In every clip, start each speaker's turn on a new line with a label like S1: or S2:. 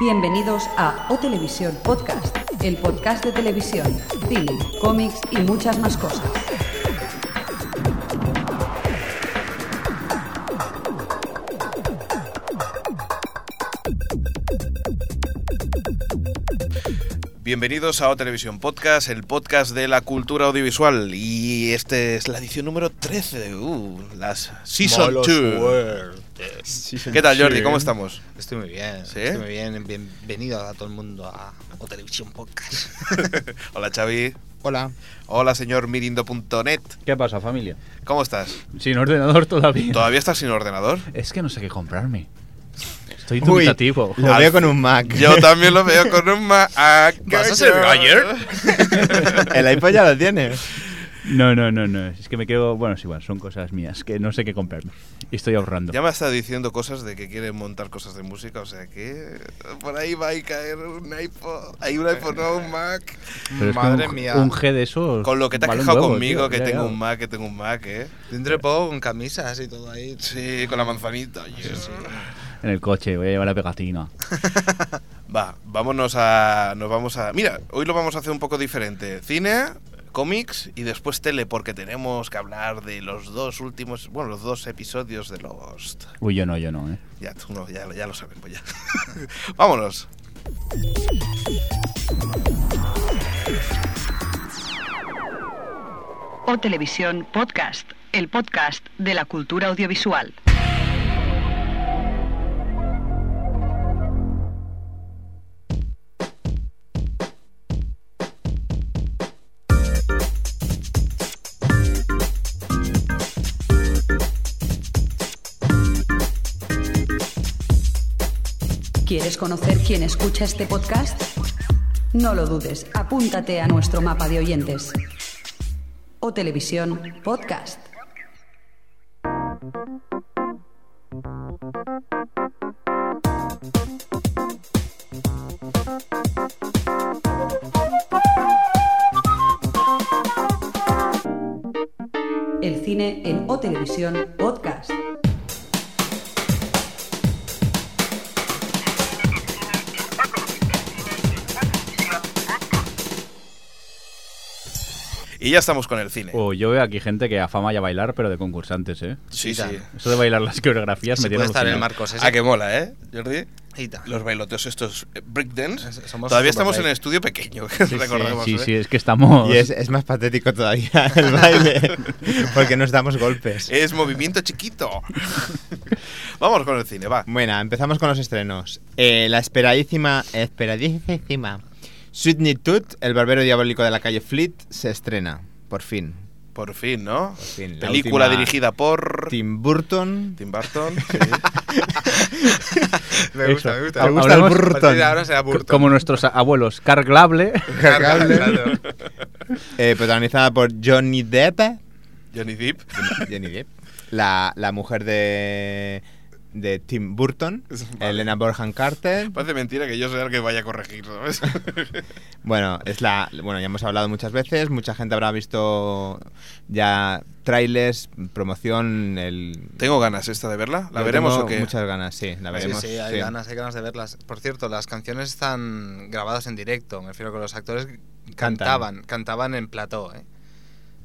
S1: Bienvenidos a O Televisión Podcast, el podcast de televisión, cine, cómics y muchas más cosas.
S2: Bienvenidos a O Televisión Podcast, el podcast de la cultura audiovisual. Y esta es la edición número 13 de uh, las Season 2. ¿Qué tal, Jordi? ¿Cómo estamos?
S3: Estoy muy bien,
S2: ¿Sí?
S3: estoy muy bien. Bienvenido a todo el mundo a O Televisión Podcast.
S2: Hola, Xavi.
S3: Hola.
S2: Hola, señor Mirindo.net.
S4: ¿Qué pasa, familia?
S2: ¿Cómo estás?
S4: Sin ordenador todavía.
S2: ¿Todavía estás sin ordenador?
S4: Es que no sé qué comprarme. Estoy
S5: Uy,
S4: dubitativo.
S5: Lo veo con un Mac.
S2: Yo también lo veo con un Mac.
S3: ¿Vas a ser
S5: El iPod ya lo tienes.
S4: No, no, no, no. Es que me quedo. Bueno, es igual, son cosas mías que no sé qué comprarme. Y estoy ahorrando.
S2: Ya me ha estado diciendo cosas de que quiere montar cosas de música, o sea que por ahí va a caer un iPod. Hay un iPod, no, un Mac.
S4: Pero es que
S3: Madre
S4: un,
S3: mía.
S4: Un G de esos.
S2: Con lo que te has
S4: vale un
S2: quejado
S4: huevo,
S2: conmigo,
S4: tío,
S2: que
S4: ya,
S2: tengo
S4: ya.
S2: un Mac, que tengo un Mac, ¿eh?
S3: Dentro de poco con camisas y todo ahí.
S2: Sí, con la manzanita. yes.
S4: En el coche, voy a llevar la pegatina.
S2: Va, vámonos a. Nos vamos a. Mira, hoy lo vamos a hacer un poco diferente. Cine, cómics y después tele, porque tenemos que hablar de los dos últimos. Bueno, los dos episodios de Lost.
S4: Uy, yo no, yo no, ¿eh?
S2: Ya, tú no, ya, ya lo sabemos, ya. vámonos.
S1: O Televisión Podcast, el podcast de la cultura audiovisual. ¿Quieres conocer quién escucha este podcast? No lo dudes, apúntate a nuestro mapa de oyentes o televisión podcast. El cine en o televisión podcast.
S2: Y ya estamos con el cine.
S4: O yo veo aquí gente que afama ya bailar, pero de concursantes, ¿eh?
S2: sí, sí.
S4: Eso de bailar las coreografías
S3: Se
S4: me tiene
S3: puede estar en el
S4: alucinado.
S3: Marcos ese.
S2: Ah, que mola, ¿eh, Jordi?
S3: Ahí está.
S2: Los bailoteos estos eh, breakdance.
S3: Es- somos
S2: Todavía estamos en
S3: superbike.
S2: el estudio pequeño,
S4: Sí, sí,
S2: recordemos.
S4: sí,
S2: ¿eh?
S4: sí, es que estamos.
S5: Y es, es más patético todavía el baile, porque nos damos golpes.
S2: Es movimiento chiquito. Vamos con el cine, va.
S5: Bueno, empezamos con los estrenos. Eh, la esperadísima, esperadísima Sydney Toot, el barbero diabólico de la calle Fleet, se estrena. Por fin.
S2: Por fin, ¿no?
S5: fin, la
S2: Película
S5: última-
S2: dirigida por Tim,
S5: Tim Burton.
S2: Burton. sí.
S3: Me
S4: Eso.
S3: gusta, me gusta.
S4: Ah,
S5: ¿Te gusta el
S4: Hablemos-
S3: A partir de ahora
S5: Burton?
S3: será
S4: co-
S3: Burton.
S4: Como nuestros abuelos, carglable.
S3: Cargable.
S5: Eh, protagonizada por Johnny Depp.
S2: Johnny Depp.
S5: Johnny Depp. La, la mujer de, de Tim Burton. Elena Borhan Carter.
S2: Parece mentira que yo sea el que vaya a corregir, ¿sabes?
S5: Bueno, es la bueno, ya hemos hablado muchas veces, mucha gente habrá visto ya trailers, promoción, el
S2: Tengo ganas esta de verla. ¿La
S5: Yo
S2: veremos
S5: tengo
S2: o qué?
S5: Muchas ganas, sí, la
S3: Sí,
S5: veremos.
S3: sí, hay
S5: sí.
S3: ganas, hay ganas de verlas. Por cierto, las canciones están grabadas en directo. Me refiero que los actores cantaban, cantaban en plató, ¿eh?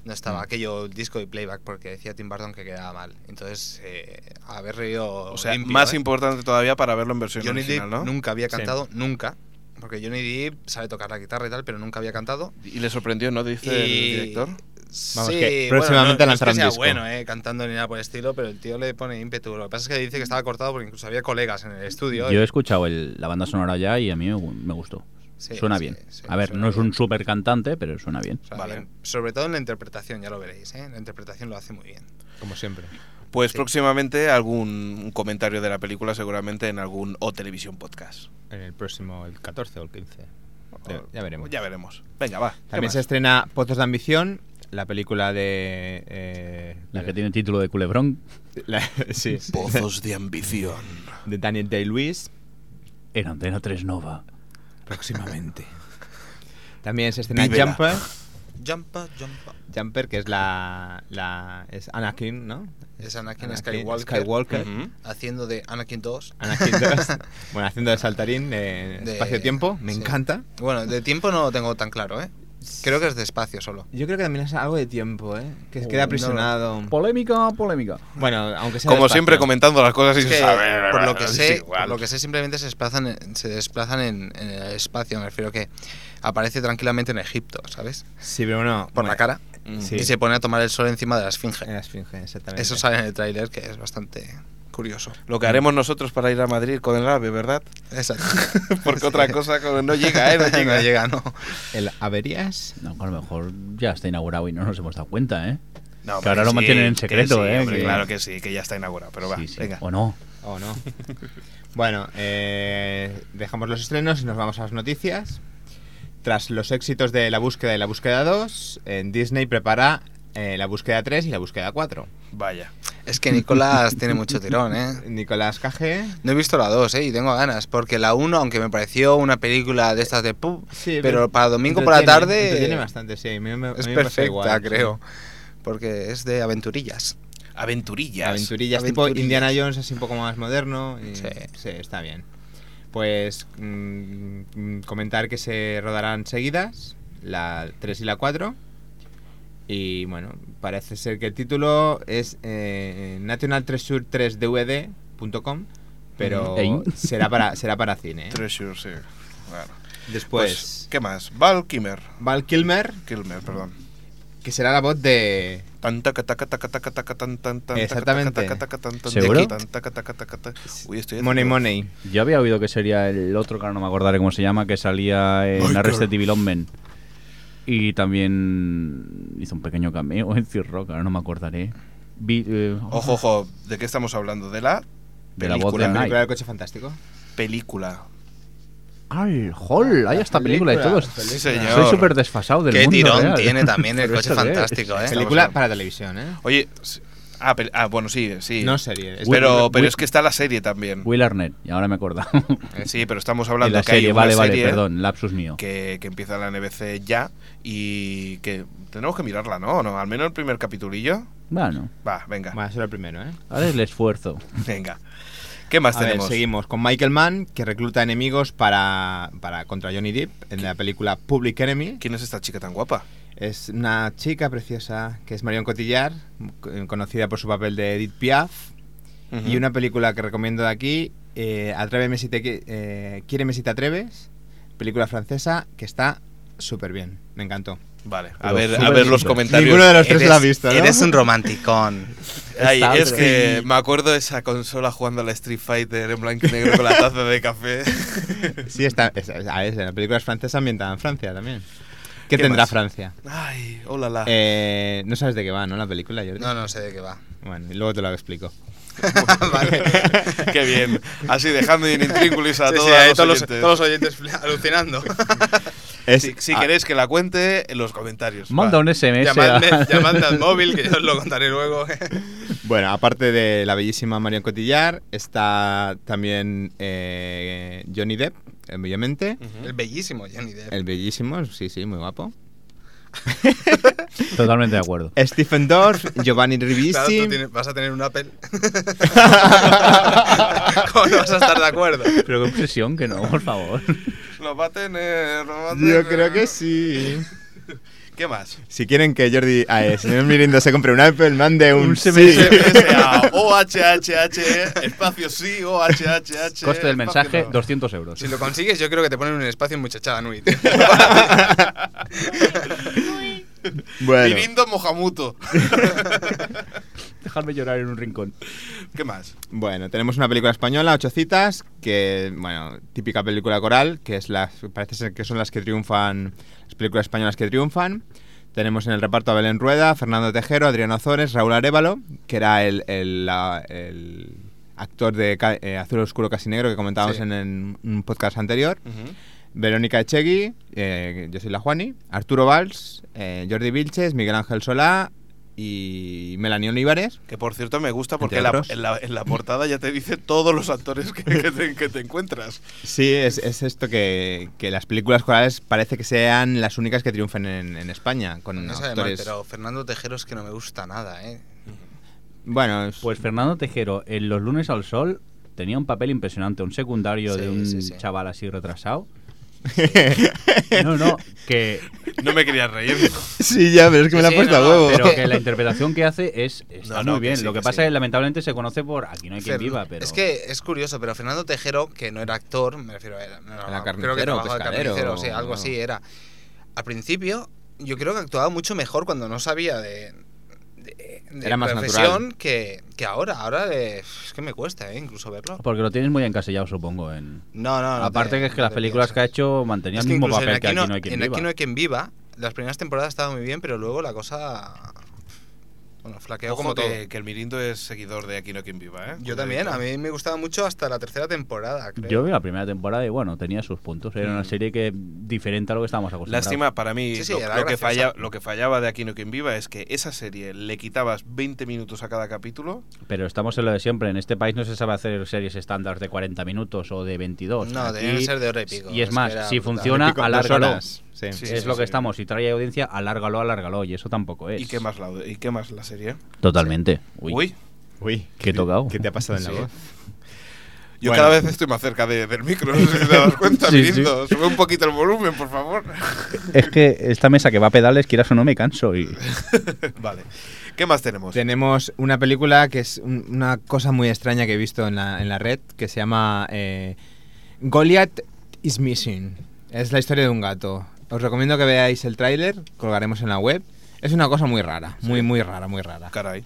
S3: No estaba
S5: Mm.
S3: aquello disco y playback porque decía Tim Burton que quedaba mal. Entonces, eh, haber reído. ¿eh?
S2: O sea, más importante todavía para verlo en versión
S3: Johnny
S2: original,
S3: Depp
S2: ¿no?
S3: nunca había
S5: Sí.
S3: cantado, nunca. Porque Johnny Depp sabe tocar la guitarra y tal, pero nunca había cantado.
S2: Y le sorprendió, ¿no? Dice
S3: Y-
S2: Este el director.
S5: Vamos,
S3: sí,
S5: que
S3: bueno,
S5: próximamente
S3: no, no es que
S5: lanzará un
S3: sea
S5: disco.
S3: bueno, eh, cantando ni nada por el estilo, pero el tío le pone ímpetu. Lo que pasa es que dice que estaba cortado porque incluso había colegas en el estudio.
S4: Yo he
S3: y-
S4: escuchado el- la banda sonora ya y a mí me gu- me gustó.
S3: sí,
S4: suena
S3: sí,
S4: bien.
S3: sí,
S4: a ver,
S3: suena
S4: no es
S3: bien.
S4: un super cantante, pero suena bien.
S3: O sea,
S2: Vale.
S3: bien. Sobre todo en la interpretación, ya lo veréis, ¿eh? La interpretación lo hace muy bien.
S5: como siempre.
S2: Pues próximamente algún comentario de la película, seguramente en algún O Televisión Podcast.
S5: En el próximo el 14 o el 15. Ya,
S2: O-
S5: ya veremos.
S2: Ah, Ya veremos. Venga, va. ¿qué
S5: También este.
S2: más?
S5: se estrena Pozos de ambición, la película de eh,
S4: La que tiene título de culebrón,
S5: la- sí,
S2: Pozos de ambición.
S5: de Daniel Day-Lewis.
S4: en Antena 3 Nova.
S5: Próximamente. También se estrena
S2: Vívela.
S5: Jumper.
S3: Jumpa, jumpa.
S5: Jumper, que es la, la. Es Anakin, ¿no?
S3: Es Anakin Skywalker.
S5: Skywalker.
S2: Ujú.
S3: Haciendo de Anakin 2.
S5: Anakin 2. bueno, haciendo de saltarín eh,
S3: De-
S5: espacio-tiempo. Me
S3: sí.
S5: encanta.
S3: Bueno, de tiempo no lo tengo tan claro, ¿eh? Creo que es despacio solo.
S5: Yo creo que también es algo de tiempo, ¿eh? Que se
S4: Oh,
S5: queda
S4: no.
S5: aprisionado.
S4: Polémica, polémica.
S5: Bueno, aunque sea.
S2: Como
S5: despacio.
S2: siempre comentando las cosas
S3: Es
S2: sin
S3: que,
S2: saber.
S3: por lo que
S2: es
S3: sé,
S2: igual.
S3: por lo que sé simplemente se desplazan, en- se desplazan en, en el espacio. Me refiero que aparece tranquilamente en Egipto, ¿sabes?
S5: Sí, pero bueno.
S3: Por la
S5: bueno,
S3: cara.
S2: Mm.
S5: Sí.
S3: Y se pone a tomar el sol encima de la esfinge.
S5: En la esfinge, exactamente.
S3: Eso sale en el tráiler, que es bastante curioso.
S2: Lo que haremos nosotros para ir a Madrid con el AVE, ¿verdad?
S3: Exacto.
S2: Porque otra cosa como- no llega, ¿eh? No llega.
S3: no llega, no.
S5: El averías.
S4: No, a lo mejor ya está inaugurado y no nos hemos dado cuenta, ¿eh?
S2: No,
S4: Que ahora
S2: hombre,
S4: lo mantienen en
S2: que
S4: secreto,
S2: sí,
S4: ¿eh?
S2: hombre,
S4: Que-
S2: Claro que sí, que ya está inaugurado, pero va,
S4: Sí, sí.
S2: venga.
S4: O no.
S5: O no. bueno, eh, dejamos los estrenos y nos vamos a las noticias. Tras los éxitos de La Búsqueda y La Búsqueda 2, en Disney prepara eh, La Búsqueda 3 y La Búsqueda 4.
S2: Vaya.
S3: Es que Nicolás tiene mucho tirón, ¿eh?
S5: Nicolás Cage.
S3: No he visto la 2, ¿eh? Y tengo ganas, porque la 1, aunque me pareció una película de estas de pub, pero para domingo por la tarde
S5: Tiene bastante, sí. a mí me- a
S3: es
S5: mí me pasa
S3: perfecta,
S5: igual, sí.
S3: creo. Porque es de aventurillas.
S2: Aventurillas.
S5: Aventurillas, tipo
S3: Aventurillas.
S5: Indiana Jones, así un poco más moderno. y-
S3: Sí.
S5: sí. está bien. Pues mm, mm, comentar que se rodarán seguidas, la 3 y la 4. Y bueno, parece ser que el título es eh, National Treasure 3 dvd.com, pero
S4: Ey.
S5: será para, será para cine. ¿eh?
S2: Treasure, sí. Claro.
S5: Pues- Después,
S2: ¿Qué más? Val Kilmer.
S5: Val Kilmer,
S2: Kilmer, perdón.
S5: que será la voz de
S2: Tan, taca, taca, taca, taca, taca, tan, tan, tan, taca,
S5: Exactamente.
S2: taca, taca, tan, tan,
S4: ¿Seguro?
S2: taca, tan, taca, taca, taca, taca. Uy, estoy
S5: Money
S2: haciendo-
S5: Money.
S4: Yo había oído que sería el otro, que ahora no me acordaré cómo se llama, que salía en Arrested Development. Y también hizo un pequeño cameo en Cirroca, Rock, ahora no me acordaré. Vi- eh,
S2: Ojo, ojo, ¿de qué estamos hablando? De la
S4: de la voz de
S2: película.
S5: La
S4: Night.
S5: película del coche fantástico.
S2: película.
S4: ¡Al ¡Hol! Hay hasta película y todo.
S5: película.
S2: Sí, señor.
S4: Soy súper desfasado del
S3: Qué
S4: mundo
S3: tirón
S4: real.
S3: tiene también el
S4: ¿Pero
S3: coche
S4: esto qué es?
S3: fantástico, ¿eh?
S5: Película
S2: Estamos-
S5: para televisión, ¿eh?
S2: Oye, s- ah, pel- ah, bueno, sí, sí.
S5: No serie. es
S2: pero
S4: Will-
S2: pero
S4: Will-
S2: es que está la serie también. Eh,
S4: Will Arnett, y ahora me acuerdo.
S2: Sí, pero estamos
S4: En
S2: hablando
S4: la
S2: que hay
S4: serie,
S2: una
S4: vale, vale,
S2: serie
S4: perdón, lapsus mío.
S2: que, que empieza la NBC ya y que tenemos que mirarla, ¿no? ¿O no? Al menos el primer capitulillo.
S4: Bueno,
S2: Va, venga,
S5: Bueno, eso era el primero, ¿eh?
S4: ahora es el esfuerzo.
S2: venga. ¿Qué más
S5: A ver,
S2: tenemos?
S5: seguimos con Michael Mann, que recluta enemigos para, para contra Johnny Depp en la película Public Enemy.
S2: ¿Quién es esta chica tan guapa?
S5: Es una chica preciosa que es Marion Cotillard, co- conocida por su papel de Edith Piaf. Y
S2: Ujú.
S5: una película que recomiendo de aquí, eh, Atréveme si te... qui- Eh, Quiéreme si te atreves, película francesa que está súper bien. Me encantó.
S2: Vale, a
S4: Pero
S2: ver, a
S4: súper
S2: ver los
S4: simple.
S2: comentarios. Eh,
S5: Ninguno de los tres la ha visto, ¿no?
S3: Eres un romanticón.
S2: Ay,
S4: Está
S2: es
S4: otro.
S2: que me acuerdo esa consola jugando a la Street Fighter en blanco y negro con la taza de café.
S5: Sí, está... Es, es- a ver, la película es francesa ambientada en Francia también.
S2: ¿Qué
S5: ¿Qué, tendrá
S2: más? Ah.
S5: Francia?
S2: Ay, hola la.
S5: Eh, no sabes de qué va, ¿no? La película, Jordi.
S3: No, no sé de qué va.
S5: Bueno, y luego te lo explico.
S3: vale.
S2: Qué bien. Así dejando in intríngulis a
S3: Sí, sí,
S2: todos,
S3: ahí
S2: los
S3: todos, los,
S2: oyentes.
S3: todos los oyentes fli- alucinando.
S5: Es-
S2: Si, si
S5: ah,
S2: queréis que la cuente, en los comentarios.
S4: Manda
S2: Va.
S4: un SMS. a-
S3: llamadme, llamadme al móvil, que yo os lo contaré luego.
S5: Bueno, aparte de la bellísima Marion Cotillar, está también eh, Johnny Depp, obviamente.
S3: El bellísimo Johnny Depp.
S5: El bellísimo, sí, sí, muy guapo.
S4: Totalmente de acuerdo.
S5: Stephen Dorff, Giovanni Ribisi.
S3: Claro, tú tienes- vas a tener un Apple. ¿Cómo no vas a estar de acuerdo?
S4: Pero qué obsesión que no, por favor.
S2: Lo va a tener, lo va a
S5: Yo
S2: tener.
S5: creo que sí.
S2: ¿Qué más?
S5: Si quieren que Jordi, ah, eh, señor Mirindo se compre un Apple, mande un,
S4: Un
S5: sí.
S4: SMS.
S2: CPSA, OHHH, E, espacio sí, OHHH.
S4: Coste del
S2: E, espacio
S4: mensaje,
S2: no.
S4: 200 euros.
S3: Si lo consigues, yo creo que te ponen un espacio en muchachada Nui. tío.
S5: Bueno,
S2: Vinindo Mohamuto.
S4: Dejarme llorar en un rincón.
S2: ¿Qué más?
S5: bueno, tenemos una película española, ocho citas, que, bueno, típica película coral, que es las, parece ser que son las que triunfan, las películas españolas que triunfan. Tenemos en el reparto a Belén Rueda, Fernando Tejero, Adriano Zores, Raúl Arevalo, que era el, el- la- el actor de Ca- eh, Azul Oscuro Casi Negro que comentábamos
S3: Sí.
S5: en, en un podcast anterior. Verónica Echegui, eh, yo soy la Juani, Arturo Valls, eh, Jordi Vilches, Miguel Ángel Solá, y Melanie Olivares.
S2: Que por cierto me gusta porque
S5: Entre
S2: la-
S5: otros.
S2: en, la, en la portada ya te dice todos los actores que, que te, que te encuentras.
S5: Sí, es, es esto que, que las películas corales parece que sean las únicas que triunfen en, en España. Con
S3: No sabe mal,
S5: actores.
S3: pero Fernando Tejero es que no me gusta nada, ¿eh?
S5: Bueno, es-
S4: Pues Fernando Tejero, en Los lunes al sol, tenía un papel impresionante, un secundario
S3: Sí,
S4: de un
S3: sí, sí.
S4: chaval así retrasado. No, no, que,
S2: No me querías reír.
S5: sí, ya, pero es que me la he
S3: Sí,
S5: puesto
S3: no,
S5: a huevo.
S4: pero que la interpretación que hace es está
S2: No, no,
S4: muy bien.
S2: que sí,
S4: Lo que
S2: que
S4: pasa
S2: sí.
S4: es que lamentablemente se conoce por aquí no hay quien
S3: Fer-
S4: viva, pero
S3: Es que es curioso, pero Fernando Tejero, que no era actor, me refiero a él, no,
S5: Era
S3: creo
S5: carnicero,
S3: que trabajaba de
S5: pescadero,
S3: carnicero, sí, algo
S5: o-
S3: así era. Al principio, yo creo que actuaba mucho mejor cuando no sabía de, de, de
S5: Era más
S3: profesión que, que ahora. Ahora eh, es que me cuesta, ¿eh? Incluso verlo.
S4: porque lo tienes muy encasillado, supongo. En...
S3: No, no, no te-
S4: Aparte que es que
S3: no
S4: las
S3: te
S4: películas que ha
S3: piensas.
S4: hecho mantenían
S3: Es
S4: el mismo
S3: incluso en
S4: papel que aquí no hay quien
S3: en
S4: viva.
S3: Aquí no hay quien viva. Las primeras temporadas estaba muy bien, pero luego la cosa. Bueno, flaqueó
S2: Ojo
S3: como todo.
S2: que, que el Mirindo es seguidor de Aquí no hay quien viva, ¿eh?
S3: Yo también, a mí me gustaba mucho hasta la tercera temporada, creo.
S4: Yo vi la primera temporada y bueno, tenía sus puntos. Era una serie que diferente a lo que estábamos acostumbrados.
S2: Lástima para mí,
S3: Sí, sí,
S2: lo,
S3: era
S2: lo que
S3: graciosa.
S2: falla, lo que fallaba de Aquí no hay quien viva es que esa serie le quitabas 20 minutos a cada capítulo.
S4: Pero estamos en lo de siempre. En este país no se sabe hacer series estándar de 40 minutos o de 22.
S3: No,
S4: Aquí-
S3: tenían que ser de hora y pico.
S4: Y es
S3: es
S4: más,
S3: que era
S4: si
S3: brutal.
S4: funciona,
S5: Pico- dos
S4: alárgalo.
S5: horas, Sí.
S2: Sí.
S4: es lo que
S2: sí.
S4: estamos. Si trae audiencia, alárgalo, alárgalo. Y eso tampoco es.
S2: ¿Y qué más la, y qué más la serie?
S4: Totalmente. Uy.
S2: Uy.
S5: Uy,
S4: Qué tocado.
S5: ¿Qué te ha pasado en la
S2: Sí.
S5: voz?
S2: Yo
S5: Bueno.
S2: cada vez estoy más cerca de- del micro, no sé si te das cuenta,
S4: Sí,
S2: Mirindo. Sube un poquito el volumen, por favor.
S4: Es que esta mesa que va a pedales, quieras o no, me canso. Y...
S2: vale. ¿Qué más tenemos?
S5: Tenemos una película que es un- una cosa muy extraña que he visto en la, en la red, que se llama eh, Goliath is Missing. Es la historia de un gato. Os recomiendo que veáis el tráiler, colgaremos en la web. Es una cosa muy rara, muy, muy rara, muy rara.
S2: Caray.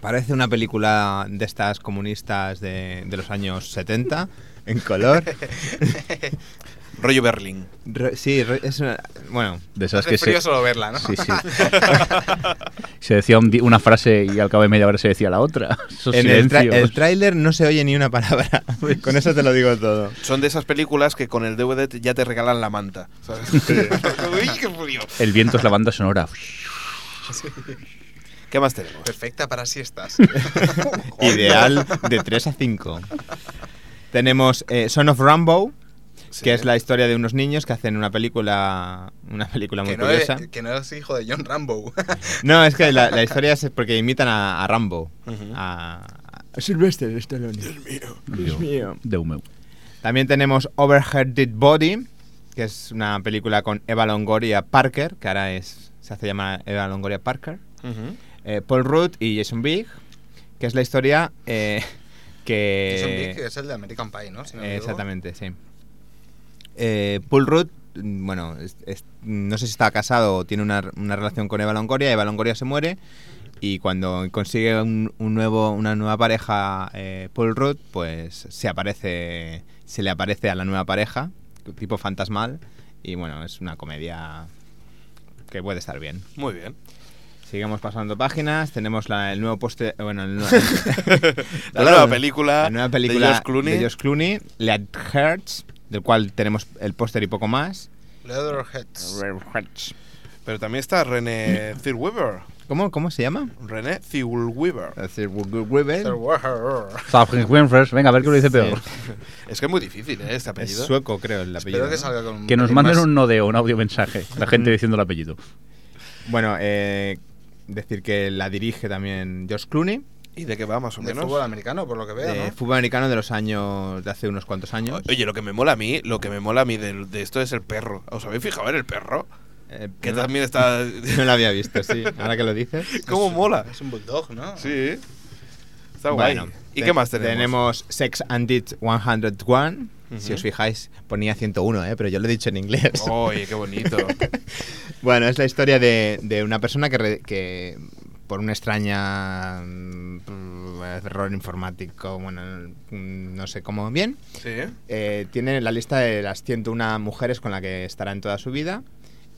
S5: Parece una película de estas comunistas de, de los años 70, en color.
S2: Rollo Berlín.
S5: Re- sí, re- es una... Bueno,
S4: De esas
S3: Hace
S4: que
S3: frío
S4: se...
S3: solo verla, ¿no?
S4: Sí, sí. se decía un di- una frase y al cabo de media hora se decía la otra. Esos
S5: en el, tra-
S4: silencios.
S5: el tráiler no se oye ni una palabra. Con eso te lo digo todo.
S2: Son de esas películas que con el DVD te- ya te regalan la manta. ¿sabes? Uy, qué frío.
S4: El viento es la banda sonora.
S2: ¿Qué más tenemos?
S3: Perfecta para siestas.
S5: Ideal de 3 a 5. Tenemos eh, Son of Rambo,
S2: Sí.
S5: que es la historia de unos niños que hacen una película, una película muy
S3: que, no es,
S5: curiosa.
S3: que no es hijo de John Rambo.
S5: No, es que la, la historia es porque imitan a, a Rambo.
S2: Ujú.
S5: a, a Sylvester Stallone. Dios mío.
S4: De Humeu.
S5: También tenemos Overhead Dead Body, que es una película con Eva Longoria Parker, que ahora es, se hace llamar Eva Longoria Parker.
S2: Ujú.
S5: eh, Paul Rudd y Jason Bigg, que es la historia eh, que...
S3: Jason Bigg, que es el de American Pie, ¿no? Si no me
S5: Eh,
S3: equivoco.
S5: exactamente, sí. Eh, Paul Rudd, mm, bueno, es- es- no sé si está casado o tiene una, una relación con Eva Longoria. Eva Longoria se muere y cuando consigue un, un nuevo, una nueva pareja, eh, Paul Rudd, pues se aparece, se le aparece a la nueva pareja, tipo fantasmal. Y bueno, es una comedia que puede estar bien.
S2: Muy bien.
S5: Sigamos pasando páginas. Tenemos la- el nuevo poste, bueno, el nuevo-
S2: La nueva
S5: película
S2: película,
S5: la nueva película
S2: de Josh Clooney.
S5: de Josh Clooney, Let Hearts, del cual tenemos el póster y poco más.
S3: Leatherheads.
S2: Pero también está René Zellweger.
S5: ¿Cómo, cómo se llama?
S2: René Zellweger.
S4: Venga, a ver qué lo dice peor.
S2: Es que es muy difícil, ¿eh? Este
S5: Es
S2: apellido.
S5: sueco, creo, el apellido.
S3: Espero que
S5: ¿no?
S3: salga con un
S4: Que nos
S3: pelín
S4: manden
S3: más.
S4: un nodeo, un audio mensaje. La
S5: Mm.
S4: gente diciendo el apellido.
S5: Bueno, eh, decir que la dirige también Josh Clooney,
S2: ¿Y de qué va, más o
S3: de
S2: menos?
S3: fútbol americano, por lo que veo,
S5: de
S3: ¿no?
S5: fútbol americano de los años, de hace unos cuantos años.
S2: Oye, lo que me mola a mí, lo que me mola a mí de, de esto es el perro. ¿Os habéis fijado en el perro?
S5: Eh,
S2: Que
S5: no,
S2: también está...
S5: no lo había visto, sí. Ahora que lo dices.
S2: ¿Cómo mola?
S3: Es un bulldog, ¿no?
S2: Sí. Está guay.
S5: Bueno,
S2: ¿Y
S5: te-
S2: qué más tenemos?
S5: Tenemos Sex and It 101. Si
S2: Ujú. Oh,
S5: os fijáis, ponía 101, eh, pero yo lo he dicho en inglés.
S2: Oye, qué bonito.
S5: Bueno, es la historia de, de una persona que, re- que por una extraña mm, error informático, bueno, mm, no sé cómo bien,
S2: Sí.
S5: eh, tiene la lista de las 101 mujeres con la que estará en toda su vida.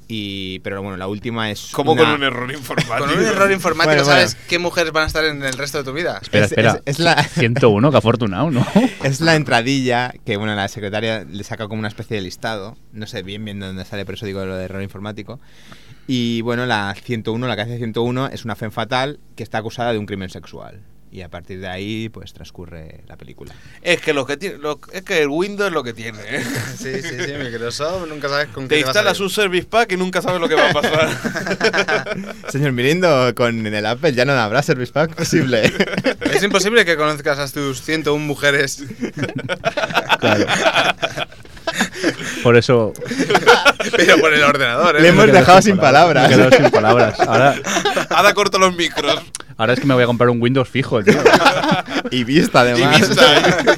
S5: Y, pero bueno, la última es.
S2: Como
S5: una-
S2: con un error informático.
S3: Con un error informático,
S5: Bueno,
S3: ¿sabes
S5: bueno.
S3: qué mujeres van a estar en el resto de tu vida?
S4: Espera,
S5: Es-
S4: espera.
S5: es- es la-
S4: 101, que afortunado, ¿no?
S5: Es la entradilla que, bueno, la secretaria le saca como una especie de listado. No sé bien bien de dónde sale, por eso digo lo de error informático. Y bueno, la 101, la que hace 101, es una femme fatal que está acusada de un crimen sexual. Y a partir de ahí, pues transcurre la película.
S2: Es que, los que tiene, lo- es que el Windows es lo que tiene. ¿eh?
S3: Sí, sí, sí, Microsoft, nunca sabes con
S2: Te
S3: qué va a
S2: instalas
S3: salir.
S2: un service pack y nunca sabes lo que va a pasar.
S5: Señor Mirindo, con el Apple ya no habrá Service Pack posible.
S3: Es imposible que conozcas a tus 101 mujeres.
S4: Claro. Por eso
S3: Pero por el ordenador,
S5: Le
S3: ¿eh?
S5: hemos
S4: me quedo
S5: dejado sin palabras.
S4: Me he quedado sin palabras. Ahora,
S2: Ahora corto los micros.
S4: ahora es que me voy a comprar un Windows fijo, tío.
S5: y vista, además.
S2: Y vista, ¿eh?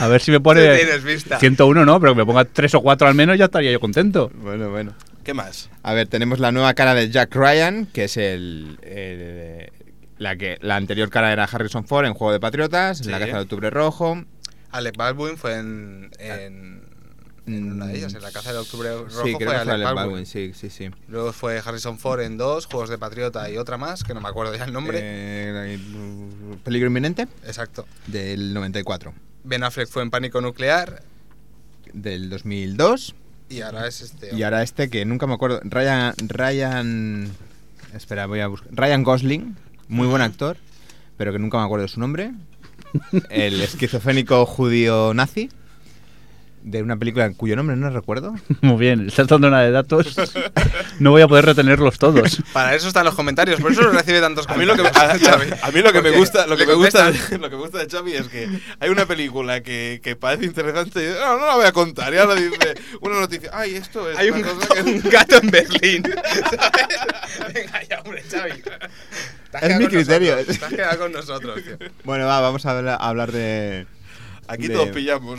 S4: A ver si me
S3: Sí,
S4: pone
S3: tienes vista.
S4: 101, ¿no? Pero que me ponga 3 o 4 al menos ya estaría yo contento.
S5: Bueno, bueno.
S2: ¿Qué más?
S5: A ver, tenemos la nueva cara de Jack Ryan, que es el. el- la, que, la anterior cara era Harrison Ford en Juego de Patriotas, en La
S2: Sí.
S5: Caza de Octubre Rojo.
S3: Alec Baldwin fue en,
S2: Ah.
S3: en, en una de ellas, en la Caza del Octubre Rojo
S5: Sí, creo
S3: fue
S5: que fue
S3: Alec
S5: Alec
S3: Baldwin.
S5: Baldwin, sí, sí, sí.
S3: Luego fue Harrison Ford en dos, Juegos de Patriota y otra más, que no me acuerdo ya el nombre.
S5: Eh, la- peligro inminente
S3: Exacto.
S5: del 94,
S3: Ben Affleck fue en Pánico Nuclear
S5: del 2002
S3: y ahora es este.
S5: y ahora este que nunca me acuerdo, Ryan Ryan espera, voy a buscar. Ryan Gosling, muy buen actor, pero que nunca me acuerdo de su nombre. El esquizofénico judío nazi de una película cuyo nombre no recuerdo.
S4: Muy bien, estás dando una de datos. No voy a poder retenerlos todos.
S3: Para eso están los comentarios, por eso recibe tantos
S2: A mí lo que,
S3: comentarios.
S2: a,
S3: Xavi.
S2: a- a mí lo que me
S3: Porque
S2: gusta, lo que
S3: le
S2: me gusta,
S3: contestan.
S2: lo que me gusta de Xavi es que hay una película que, que parece interesante y dice, no, no la voy a contar. Y ahora dice una noticia, ay, esto es
S3: Hay un
S2: una
S3: gato,
S2: cosa
S3: un gato en Berlín. ¿sabes? Venga ya, hombre, Xavi. Te has
S5: Es
S3: quedado
S5: mi
S3: con
S5: criterio.
S3: nosotros, te has quedado con nosotros, tío.
S5: Bueno, va, vamos a hablar, a hablar de
S2: Aquí
S5: de-
S2: todos pillamos.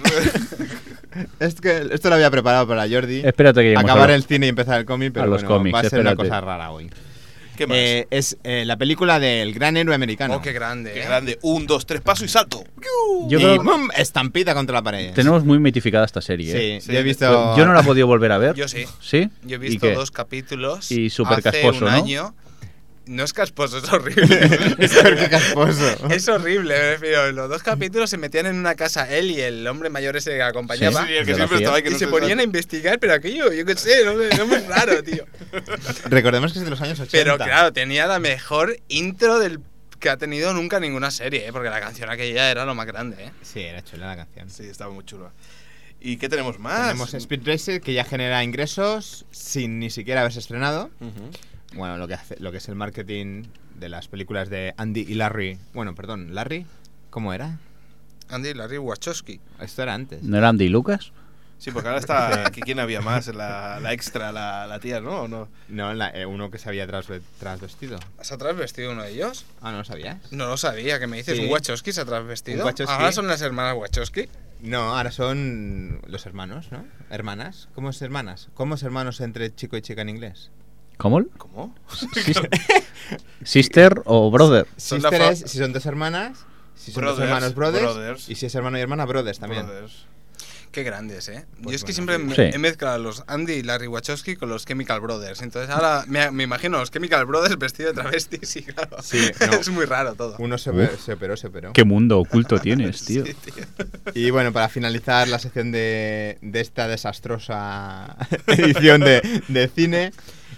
S5: Es que esto lo había preparado para Jordi.
S4: Espérate que lleguemos
S5: Acabar
S4: a
S5: el cine y empezar el cómic, pero
S4: a los
S5: bueno,
S4: cómics,
S5: va a ser una
S4: espérate.
S5: cosa rara hoy.
S2: ¿Qué más?
S5: Eh, es eh, la película del gran héroe americano.
S3: Oh, qué grande.
S2: Qué
S3: eh.
S2: grande. Un, dos, tres, paso y salto.
S4: Yo
S5: y
S4: creo que
S5: ¡bum! estampida contra la pared.
S4: tenemos muy mitificada esta serie. ¿eh?
S5: Sí,
S2: Sí.
S5: yo he visto.
S4: Yo no la he podido volver a ver.
S3: Yo sí.
S4: ¿Sí?
S3: Yo he
S4: ¿Y
S3: visto
S4: qué?
S3: dos capítulos.
S4: Y súper
S3: hace
S4: casposo, ¿no?
S3: un año. No es casposo, es horrible.
S5: Es porque casposo.
S3: Es horrible, me refiero. Los dos capítulos se metían en una casa él y el hombre mayor ese que acompañaba.
S2: Sí, el que
S4: Biografía.
S2: siempre estaba ahí que
S3: Y
S2: no
S3: se ponían a investigar, pero aquello, yo qué sé, no, no muy raro, tío.
S5: Recordemos que es de los años 80.
S3: Pero claro, tenía la mejor intro del que ha tenido nunca ninguna serie, ¿eh? porque la canción aquella era lo más grande. ¿eh?
S5: Sí, era chula la canción.
S2: Sí, Ah, estaba muy chulo. ¿Y qué tenemos más?
S5: Tenemos Speed Racer que ya genera ingresos sin ni siquiera haberse estrenado.
S2: Ujú.
S5: Bueno, lo que, hace, lo que es el marketing de las películas de Andy y Larry. Bueno, perdón, Larry, ¿cómo era?
S3: Andy Larry Wachowski.
S5: Esto era antes.
S4: ¿No era Andy y Lucas?
S2: Sí, porque ahora está. que ¿Quién había más? La, la extra, la, la tía, ¿no? ¿O no?
S5: No, la- eh, uno que se había trasve- trasvestido.
S3: ¿Se ha trasvestido uno de ellos?
S5: Ah, ¿no lo sabías?
S3: No lo sabía, que me dices,
S5: Sí.
S3: ¿un Wachowski se ha trasvestido?
S5: Un Wachowski.
S3: Ahora son las hermanas Wachowski.
S5: No, ahora son los hermanos, ¿no? Hermanas. ¿Cómo es hermanas? ¿Cómo es hermanos entre chico y chica en inglés?
S4: ¿Cómo?
S2: ¿Cómo?
S4: Sis- ¿Sister o brother?
S5: Si
S3: Son la fa-
S5: si son dos hermanas, si son dos
S2: Brothers,
S5: hermanos brothers,
S2: brothers.
S5: y si es hermano y hermana brothers también.
S2: Brothers.
S3: Qué grandes, ¿eh?
S5: Pues
S3: Yo es que
S5: bueno,
S3: siempre
S5: sí.
S3: me-
S4: Sí.
S3: he mezclado a los Andy y Larry Wachowski con los Chemical Brothers. Entonces ahora me, me imagino a los Chemical Brothers vestidos de travestis y claro,
S5: Sí, no.
S3: es muy raro todo.
S5: Uno se, operó, se operó, se operó.
S4: ¿Qué mundo oculto tienes, tío?
S5: Y bueno, para finalizar la sección de, de esta desastrosa edición de, de cine,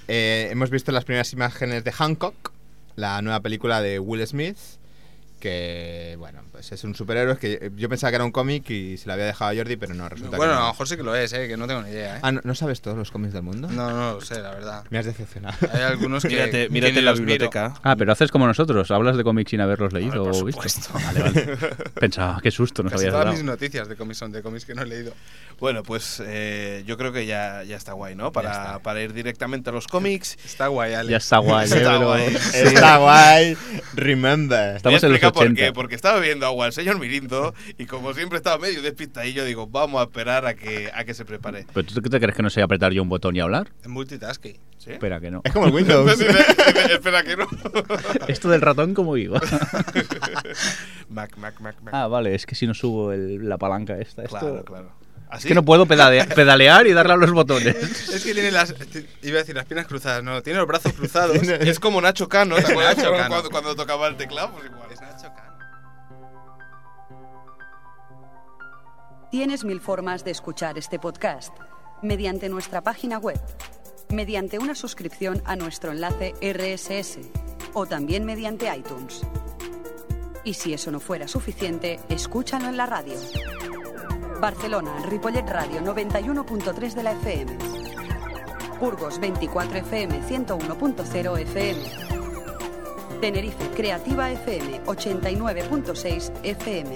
S5: eh, hemos visto las primeras imágenes de Hancock, la nueva película de Will Smith, que bueno, pues es un superhéroe que yo pensaba que era un cómic y se lo había dejado a Jordi, pero no, resulta
S3: Bueno,
S5: que
S3: a
S5: no.
S3: lo mejor sí que lo es, ¿eh? que no tengo ni idea. ¿eh?
S5: Ah, ¿no, no sabes todos los cómics del mundo?
S3: No, no lo sé, la verdad.
S5: Me has decepcionado.
S3: Hay algunos que. que
S2: Mírate,
S3: ni
S2: mírate la
S3: los miro.
S2: biblioteca.
S4: Ah, pero haces como nosotros, hablas de cómics sin haberlos
S3: Hombre,
S4: leído
S3: por
S4: o visto.
S3: supuesto.
S4: Vale, vale. Pensaba, qué susto, nos
S3: Casi
S4: habías
S3: todas
S4: dado.
S3: mis noticias de cómics son de cómics que no he leído.
S2: Bueno, pues eh, yo creo que ya, ya está guay, ¿no? Para,
S5: está.
S2: para ir directamente a los cómics.
S3: Está guay, Alex.
S4: Ya está guay, eh,
S2: Está
S4: pero-
S2: guay.
S5: Está guay, remember.
S4: Estamos
S2: Voy a
S4: en los
S2: explicar
S4: 80.
S2: por qué, porque estaba bebiendo agua el señor Mirindo y como siempre estaba medio despistadillo, digo, vamos a esperar a que, a que se prepare.
S4: ¿Pero tú qué te crees que no sé apretar yo un botón y hablar?
S3: En multitasking.
S2: ¿Sí?
S4: Espera que no.
S5: Es como el Windows.
S2: Dice- dice, Espera que no.
S4: Esto del ratón, ¿cómo iba?
S2: Mac, Mac, Mac, Mac.
S4: ah, vale, es que si no subo el- la palanca esta, esto...
S2: claro, claro. ¿Ah,
S4: Es
S2: Así
S4: que no puedo pedalea- pedalear y darle a los botones.
S3: Es que tiene las. Iba a decir las piernas cruzadas, no, tiene los brazos cruzados.
S5: Tiene-
S2: Es como Nacho Cano, ¿te acuerdas?
S3: Nacho Cano.
S2: Cuando, cuando tocaba el teclado, pues igual.
S3: Es Nacho Cano.
S1: Tienes mil formas de escuchar este podcast mediante nuestra página web mediante una suscripción a nuestro enlace RSS o también mediante iTunes. Y si eso no fuera suficiente, escúchalo en la radio. Barcelona, Ripollet Radio 91.3 de la FM. Burgos 24 FM 101.0 FM. Tenerife Creativa FM 89.6 FM.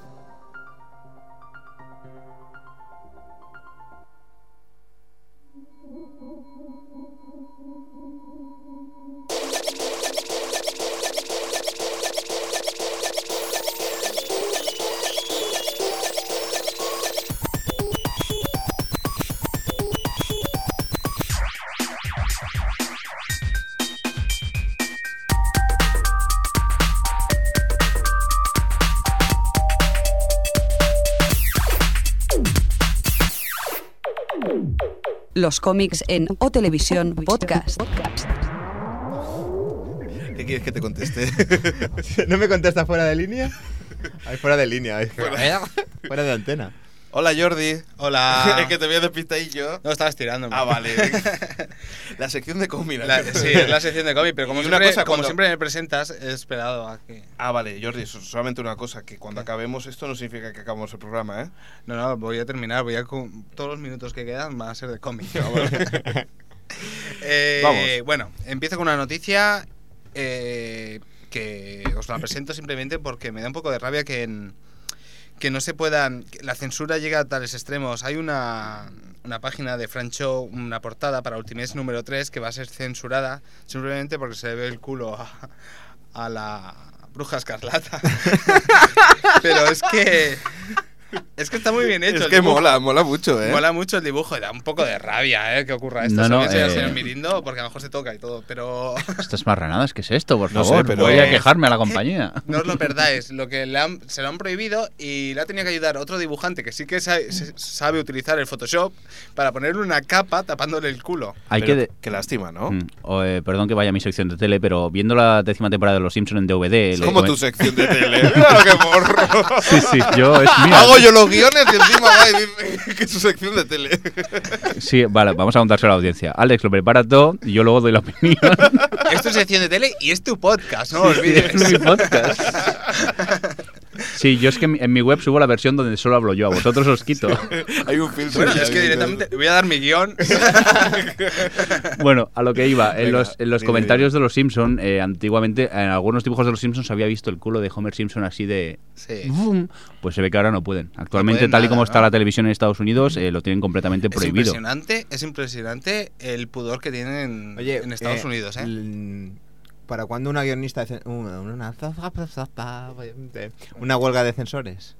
S1: Los cómics en O Televisión Podcast.
S2: ¿Qué quieres que te conteste?
S5: ¿No me contesta fuera de línea? Ay, fuera de línea. ay, fuera de antena.
S2: Hola Jordi.
S3: ¿Eh? Hola.
S2: es que te veo despistadillo.
S3: No, estabas tirando.
S2: Ah, vale. la sección de comida.
S3: La- sí, es la sección de cómic, pero como,
S2: Y una
S3: siempre,
S2: cosa,
S3: como
S2: cuando-
S3: siempre me presentas, he esperado a que...
S2: Ah, vale, Jordi, so- solamente una cosa, que cuando acabemos esto no significa que acabamos el programa, ¿eh?
S3: No, no, voy a terminar, voy a... con- Todos los minutos que quedan van a ser de cómic. Eh,
S2: Vamos.
S3: Bueno, empiezo con una noticia eh, que os la presento simplemente porque me da un poco de rabia que, en- que no se puedan... que La censura llega a tales extremos. Hay una, una página de Francho, una portada para Ultimates número 3 que va a ser censurada simplemente porque se le ve el culo a, a la bruja escarlata. Pero es que... Es que está muy bien hecho.
S2: es
S3: el
S2: que
S3: dibujo.
S2: mola, mola mucho, ¿eh?
S3: Mola mucho el dibujo, y da un poco de rabia, ¿eh? Que ocurra esto.
S4: No,
S3: No,
S4: no,
S3: no,
S4: eh,
S3: señor Mirindo, porque a lo mejor se toca y todo, pero
S4: Estas marranadas, ¿qué es esto? Por
S2: No sé,
S4: favor,
S2: pero-
S4: voy a quejarme a la compañía.
S3: no os lo perdáis. Lo que le han- se lo han prohibido y le ha tenido que ayudar otro dibujante que sí que sa- se- sabe utilizar el Photoshop para ponerle una capa tapándole el culo.
S4: Hay
S2: Pero
S4: que de-
S2: Qué lástima, ¿no?
S4: Mm, o, eh, perdón que vaya a mi sección de tele, pero viendo la décima temporada de Los Simpson en DVD...
S2: Es
S4: lo
S2: como
S4: comen-
S2: tu sección de tele. Mira lo que morro.
S4: Sí, sí, yo es mía.
S2: Hago yo los guiones y encima va y dice que es su sección de tele.
S4: Sí, vale, vamos a contárselo a la audiencia. Alex, lo prepara todo y yo luego doy la opinión.
S3: Esto es sección de tele y es tu podcast, no lo olvides.
S4: Es mi podcast. Sí, yo es que en mi- en mi web subo la versión donde solo hablo yo, a vosotros os quito.
S2: Hay un filtro.
S3: Bueno,
S2: ya
S3: es que
S2: viendo.
S3: directamente voy a dar mi guión.
S4: Bueno, a lo que iba, en
S2: Venga,
S4: los, en los
S2: dime,
S4: comentarios de los Simpson, eh, antiguamente en algunos dibujos de los Simpsons había visto el culo de Homer Simpson así de...
S3: Sí.
S4: ¡Bum! Pues se ve que ahora no pueden. Actualmente,
S3: pueden
S4: tal y
S3: nada,
S4: como está
S3: ¿no?
S4: la televisión en Estados Unidos, eh, lo tienen completamente
S3: Es
S4: prohibido.
S3: impresionante, es impresionante el pudor que tienen
S5: Oye,
S3: en Estados
S5: eh,
S3: Unidos, ¿eh?
S5: l- ¿Para cuándo una guionista de cen- una, una- eh, una huelga de censores?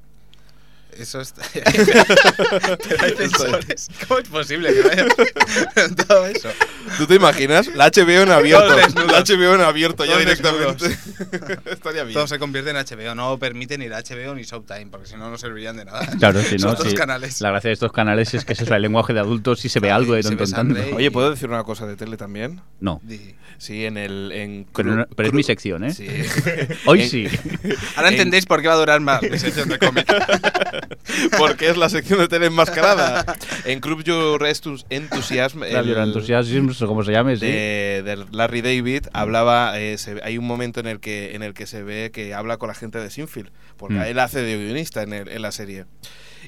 S3: Eso está. Pero hay sensores. ¿Cómo es posible que no haya todo eso?
S2: ¿Tú te imaginas? La HBO en abierto.
S3: Todos desnudos.
S2: La HBO en abierto ya
S3: Todos
S2: directamente. Estaría bien.
S3: Todo se convierte en HBO. No permite ni la HBO ni Showtime, porque si no, no servirían de nada.
S4: Claro, si no,
S3: Son dos
S4: sí.
S3: canales.
S4: La gracia de estos canales es que eso es el lenguaje de adultos si se ve algo de
S3: Se ve
S4: tanto en tanto.
S3: sangre y-
S2: Oye, ¿puedo decir una cosa de tele también?
S4: No,
S3: Di.
S2: Sí, en el. En
S4: pero,
S2: cru-
S4: no- pero es
S2: cru-
S4: mi sección, ¿eh?
S2: Sí.
S4: Hoy
S2: En-
S4: sí.
S3: Ahora
S2: En-
S3: entendéis por qué va a durar más mi sección de cómic.
S2: Porque es la sección de tele enmascarada. En Club Your Estus- Enthusiasm. el-
S4: Radio Enthusiasm, o como se llame, sí.
S2: de, de Larry David hablaba eh, se- hay un momento en el que en el que se ve que habla con la gente de Sinfield porque
S4: Mm.
S2: él hace de guionista en, el- en la serie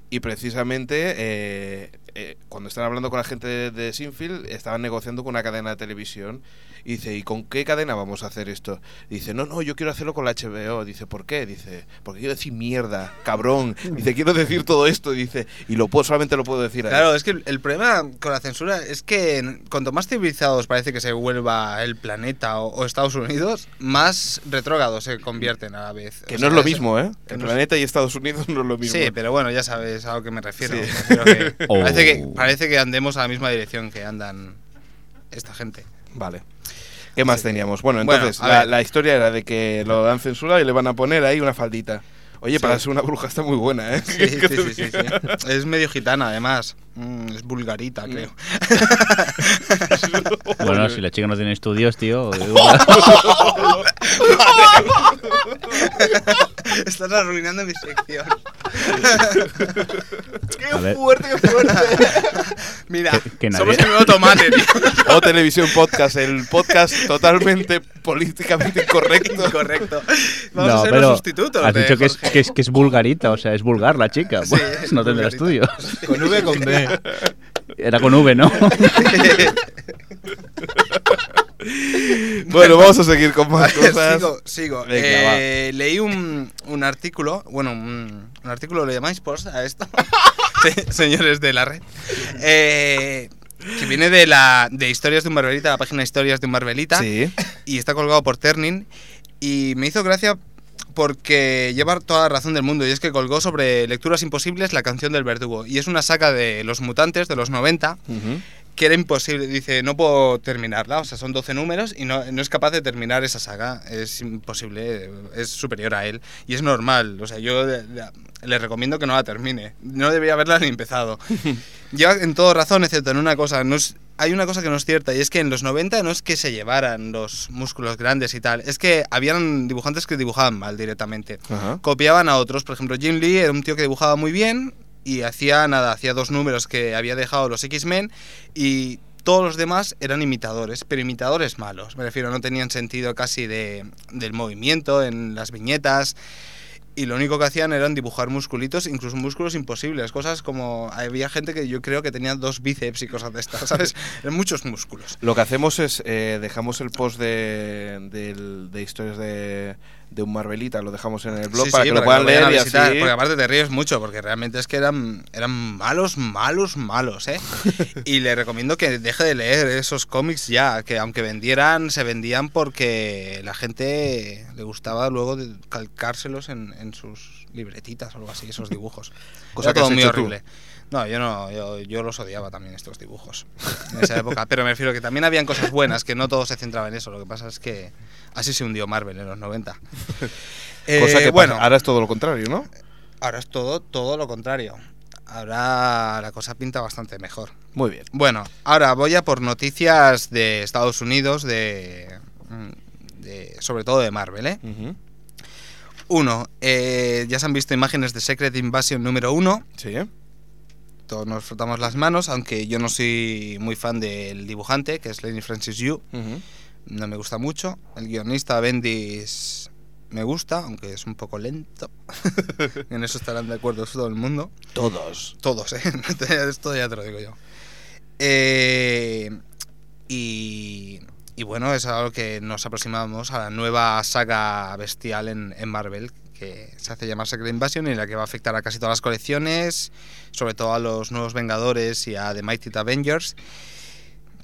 S2: y precisamente eh, eh, cuando están hablando con la gente de, de Sinfield estaban negociando con una cadena de televisión y dice ¿y con qué cadena vamos a hacer esto? dice no no yo quiero hacerlo con la HBO dice ¿por qué? dice porque quiero decir mierda cabrón dice quiero decir todo esto dice y lo puedo solamente lo puedo decir ahí".
S3: Claro, es que el problema con la censura es que cuanto más civilizados parece que se vuelva el planeta o, o Estados Unidos, más retrógados se convierten a la vez.
S2: que
S3: O
S2: no
S3: sea,
S2: es lo mismo, ¿eh?
S3: que
S2: El
S3: no es-
S2: planeta y Estados Unidos no es lo mismo.
S3: Sí, pero bueno, ya sabes a lo que me refiero.
S2: Sí.
S3: Creo que-
S4: Oh.
S3: parece, que, parece que andemos a la misma dirección que andan esta gente.
S2: Vale. ¿Qué más teníamos? Bueno,
S3: Bueno,
S2: entonces,
S3: a
S2: la,
S3: ver.
S2: la historia era de que lo han censurado y le van a poner ahí una faldita. Oye,
S3: Sí.
S2: para ser una bruja está muy buena, ¿eh?
S3: Sí, sí, sí, sí, sí. Es medio gitana, además. Mm, es vulgarita, creo.
S4: Bueno, si la chica no tiene estudios, tío.
S3: Estás arruinando mi sección.
S4: A ver.
S2: fuerte, qué fuerte!
S3: Mira,
S4: Que, que nadie,
S3: somos el nuevo tomate, tío.
S2: o Televisión Podcast, el podcast totalmente políticamente incorrecto.
S3: Correcto. Vamos a ser
S4: pero
S3: los sustitutos.
S4: Has
S3: de
S4: dicho que es,
S3: Jorge.
S4: que, es, que es vulgarita, o sea, es vulgar la chica.
S3: Sí,
S4: Bueno,
S3: es
S4: no tendrá estudios.
S3: vulgarita.
S5: Con V, con D.
S4: Era con V, ¿no?
S2: Bueno, vamos a seguir con más cosas.
S3: sigo, sigo.
S2: Venga,
S3: Eh, leí un, un artículo, bueno, un, un artículo, ¿le llamáis post a esto? Se- Señores de la red. Eh, que viene de la de Historias de un Barbelita, la página Historias de un Barbelita,
S2: Sí.
S3: y está colgado por Ternin. Y me hizo gracia porque lleva toda la razón del mundo, y es que colgó sobre Lecturas Imposibles la canción del verdugo. Y es una saca de Los Mutantes, de los 90, que era imposible. Dice, no puedo terminarla. O sea, son 12 números y no, no es capaz de terminar esa saga. Es imposible, eh, es superior a él. Y es normal. O sea, yo de- de- le recomiendo que no la termine. No debería haberla ni empezado. Lleva en todo razón, excepto en una cosa. No es- hay una cosa que no es cierta y es que en los 90 no es que se llevaran los músculos grandes y tal. Es que habían dibujantes que dibujaban mal directamente
S2: Ajá.
S3: copiaban a otros. Por ejemplo, Jim Lee era un tío que dibujaba muy bien y hacía nada, hacía dos números que había dejado los X-Men y todos los demás eran imitadores, pero imitadores malos. Me refiero, no tenían sentido casi de, del movimiento en las viñetas. Y lo único que hacían eran dibujar musculitos, incluso músculos imposibles. Cosas como. Había gente que yo creo que tenía dos bíceps y cosas de estas, ¿sabes? Eran muchos músculos.
S2: Lo que hacemos es eh, dejamos el post de, del- de historias de, de un Marvelita, lo dejamos en el blog
S3: Sí,
S2: para
S3: sí,
S2: que lo puedan
S3: vayan a
S2: leer y
S3: visitar,
S2: así.
S3: Porque aparte te ríes mucho, porque realmente es que eran, eran malos, malos, malos, ¿eh? y le recomiendo que deje de leer esos cómics ya, que aunque vendieran, se vendían porque la gente le gustaba luego de calcárselos en, en sus libretitas o algo así, esos dibujos.
S2: Cosa
S3: Era
S2: que
S3: todo
S2: has
S3: muy
S2: hecho tú.
S3: horrible. No, yo no, yo, yo los odiaba también estos dibujos en esa época, pero me refiero que también habían cosas buenas, que no todo se centraba en eso, lo que pasa es que así se hundió Marvel en los 90.
S2: Cosa
S3: Eh,
S2: que
S3: bueno,
S2: bueno, ahora es todo lo contrario, ¿no?
S3: Ahora es todo, todo lo contrario. Ahora la cosa pinta bastante mejor.
S2: Muy bien.
S3: Bueno, ahora voy a por noticias de Estados Unidos, de, mm, de- sobre todo de Marvel. ¿eh?
S2: Ujú.
S3: Uno, eh, ya se han visto imágenes de Secret Invasion número uno.
S2: Sí. ¿eh?
S3: Todos nos frotamos las manos, aunque yo no soy muy fan del dibujante, que es Lenny Francis Yu.
S2: Ujú.
S3: No me gusta mucho. El guionista Bendis me gusta, aunque es un poco lento. en eso estarán de acuerdo todo el mundo.
S2: Todos.
S3: Todos, ¿eh? Esto ya te lo digo yo. Eh, y, y bueno, es algo que nos aproximamos a la nueva saga bestial en, en Marvel, que se hace llamar Secret Invasion y la que va a afectar a casi todas las colecciones, sobre todo a los nuevos Vengadores y a The Mighty Avengers,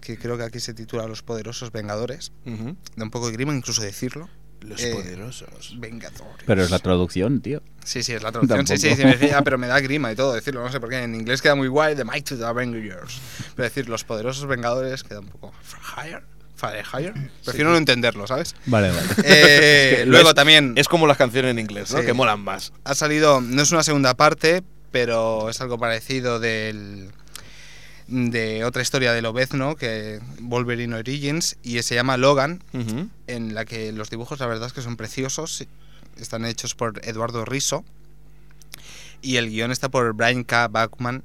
S3: que creo que aquí se titula Los Poderosos Vengadores.
S2: Ujú.
S3: Da un poco de grima incluso decirlo.
S2: Los
S3: Eh,
S2: poderosos.
S3: Vengadores.
S4: Pero es la traducción, tío.
S3: Sí, sí, es la traducción. Sí, sí,
S4: Tampoco.
S3: sí, me decía, "Ah, pero me da grima y todo decirlo, no sé por qué. En inglés queda muy guay, The Might to the Avengers. Pero decir los poderosos vengadores queda un poco. Higher? Fire higher? Prefiero no entenderlo, ¿sabes?
S4: Vale, vale.
S3: Eh,
S2: Es que lo
S3: luego
S2: es-
S3: también
S2: Es como las canciones en inglés, ¿no?
S3: Sí.
S2: Que molan más.
S3: ha salido, no es una segunda parte, pero es algo parecido del de otra historia del Obezno, que Wolverine Origins, y se llama Logan,
S2: Ujú.
S3: en la que los dibujos la verdad es que son preciosos. Están hechos por Eduardo Riso. Y el guión está por Brian K. Bachman,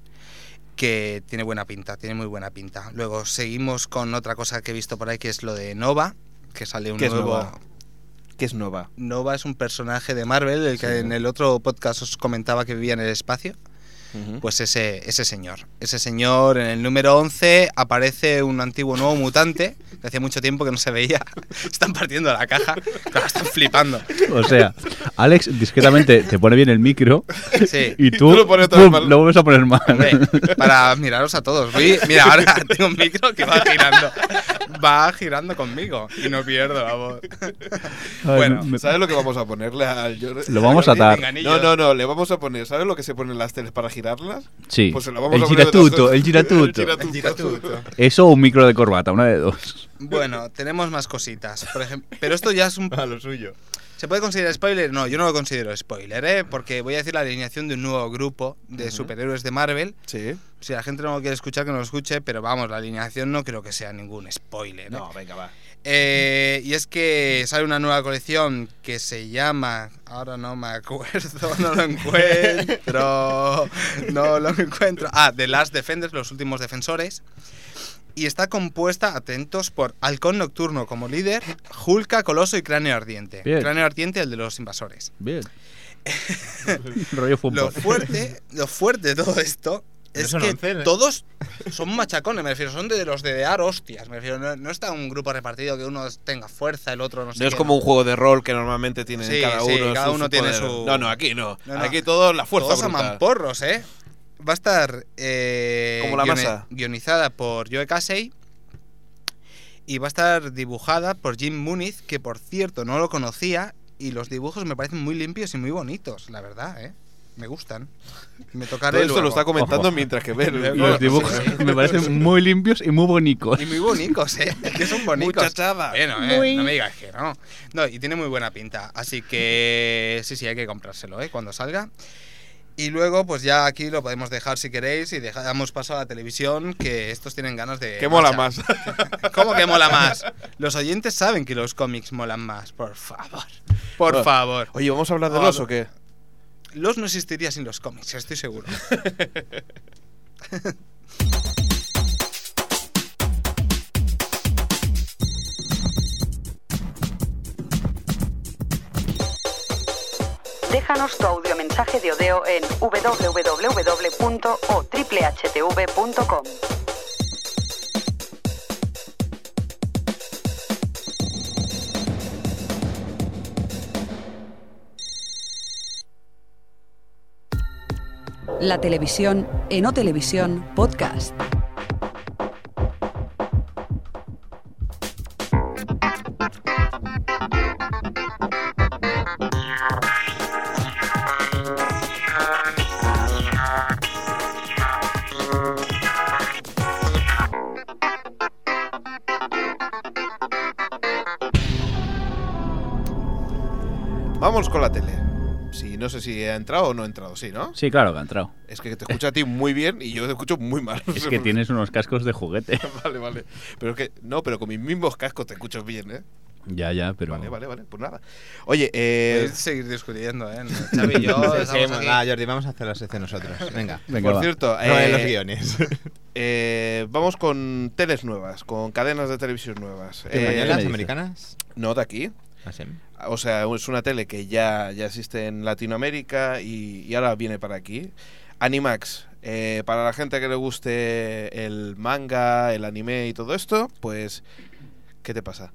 S3: que tiene buena pinta, tiene muy buena pinta. Luego seguimos con otra cosa que he visto por ahí, que es lo de Nova, que sale un
S2: ¿Qué es
S3: nuevo...
S2: Nova? ¿Qué es Nova?
S3: Nova es un personaje de Marvel, el que en el otro podcast os comentaba que vivía en el espacio.
S2: Ujú.
S3: Pues ese, ese señor. Ese señor en el número 11 aparece un antiguo nuevo mutante que hacía mucho tiempo que no se veía. Están partiendo la caja. Claro, están flipando.
S4: O sea, Alex discretamente te pone bien el micro
S3: Sí.
S4: y tú,
S2: tú lo pones otra vez
S4: pum,
S2: mal.
S4: lo vuelves a poner mal.
S3: Hombre, para miraros a todos. Voy- mira, ahora tengo un micro que va girando. Va girando conmigo y no pierdo la voz.
S4: Ay,
S3: bueno,
S4: me-
S2: ¿Sabes lo que vamos a ponerle al Jordi?
S4: Lo vamos a
S2: Jordi?
S4: atar.
S2: No, no, no, le vamos a poner. ¿Sabes lo que se ponen las teles para girarlas?
S4: sí.
S2: Pues se lo vamos
S4: el,
S2: a poner
S4: giratuto,
S2: detrás.
S4: el giratuto,
S2: El giratuto.
S4: Eso o un micro de corbata, una de dos.
S3: Bueno, tenemos más cositas. Por ejemplo, pero esto ya es un
S5: A lo suyo.
S3: ¿Se puede considerar spoiler? No, yo no lo considero spoiler, ¿eh? Porque voy a decir la alineación de un nuevo grupo de superhéroes de Marvel.
S2: Sí.
S3: Si la gente no lo quiere escuchar, que no lo escuche, pero vamos, la alineación no creo que sea ningún spoiler. ¿eh?
S2: No, venga, va.
S3: Eh, y es que sale una nueva colección que se llama. Ahora no me acuerdo, no lo encuentro. No lo encuentro. Ah, The Last Defenders, los últimos defensores. Y está compuesta, atentos, por Halcón Nocturno como líder, Hulka, Coloso y Cráneo Ardiente.
S4: Bien.
S3: Cráneo Ardiente, el de los invasores.
S4: Bien. Rollo fútbol.
S3: Lo fuerte, lo fuerte de todo esto
S5: Pero
S3: es
S5: son
S3: que
S5: once, ¿eh?
S3: todos son machacones, me refiero, son de los de dar hostias, me refiero, no, no está un grupo repartido que uno tenga fuerza, el otro no sé
S2: No es
S3: qué,
S2: como un juego de rol que normalmente tienen
S3: Sí,
S2: cada
S3: sí,
S2: uno.
S3: cada uno tiene
S2: poder.
S3: su-
S2: No, no, aquí no.
S3: No, no.
S2: Aquí todo la fuerza.
S3: todos a
S2: bruta.
S3: mamporros, ¿eh? Va a estar eh,
S2: Como la
S3: guione-
S2: masa.
S3: guionizada por Joe Casey y va a estar dibujada por Jim Muniz, que por cierto no lo conocía y los dibujos me parecen muy limpios y muy bonitos, la verdad, ¿eh? Me gustan. Me tocaré
S2: Todo esto lo
S3: luego.
S2: está comentando
S4: Ojo.
S2: mientras que ve.
S4: Y los dibujos me parecen muy limpios y muy bonitos.
S3: Y muy bonitos, ¿eh? Que son bonitos.
S2: Muchachada.
S3: Bueno, ¿eh? No me digas que no. No, y tiene muy buena pinta. Así que sí, sí, hay que comprárselo, ¿eh? Cuando salga. Y luego, pues ya aquí lo podemos dejar si queréis y dejamos paso a la televisión, que estos tienen ganas de...
S2: Que mola
S3: marcha.
S2: más.
S3: ¿Cómo que mola más? Los oyentes saben que los cómics molan más, por favor. Por
S2: Bueno.
S3: favor.
S2: Oye, ¿vamos a hablar del
S3: Ah,
S2: oso o qué?
S3: Los no existiría sin los cómics, estoy seguro.
S1: Déjanos tu audiomensaje de Odeo en www.otriplehtv.com. La televisión en O Televisión Podcast.
S2: Vamos con la tele. Sí, no sé si ha entrado o no ha entrado, sí, ¿no?
S4: Sí, claro que ha entrado.
S2: Es que te escucho a ti muy bien y yo te escucho muy mal.
S4: Es que tienes unos cascos de juguete.
S2: Vale, vale. Pero es que, no, pero con mis mismos cascos te escucho bien, ¿eh?
S4: Ya, ya, pero.
S2: Vale, vale, vale. Pues nada. Oye, eh.
S3: Podéis seguir discutiendo, ¿eh? Xavi y yo
S5: Sí, sí,
S3: estamos aquí.
S5: va, Jordi, vamos a hacer la sección nosotros. Venga.
S4: Venga,
S2: Por
S4: va.
S2: cierto,
S5: No
S2: eh,
S5: en los guiones.
S2: eh, vamos con teles nuevas, con cadenas de televisión nuevas. Eh,
S4: ¿Españolas,
S5: ¿Españolas,
S4: dices?
S5: americanas?
S2: no, de aquí. O sea, es una tele que ya, ya existe en Latinoamérica y, y ahora viene para aquí. Animax. eh, para la gente que le guste el manga, el anime y todo esto, pues. ¿Qué te pasa?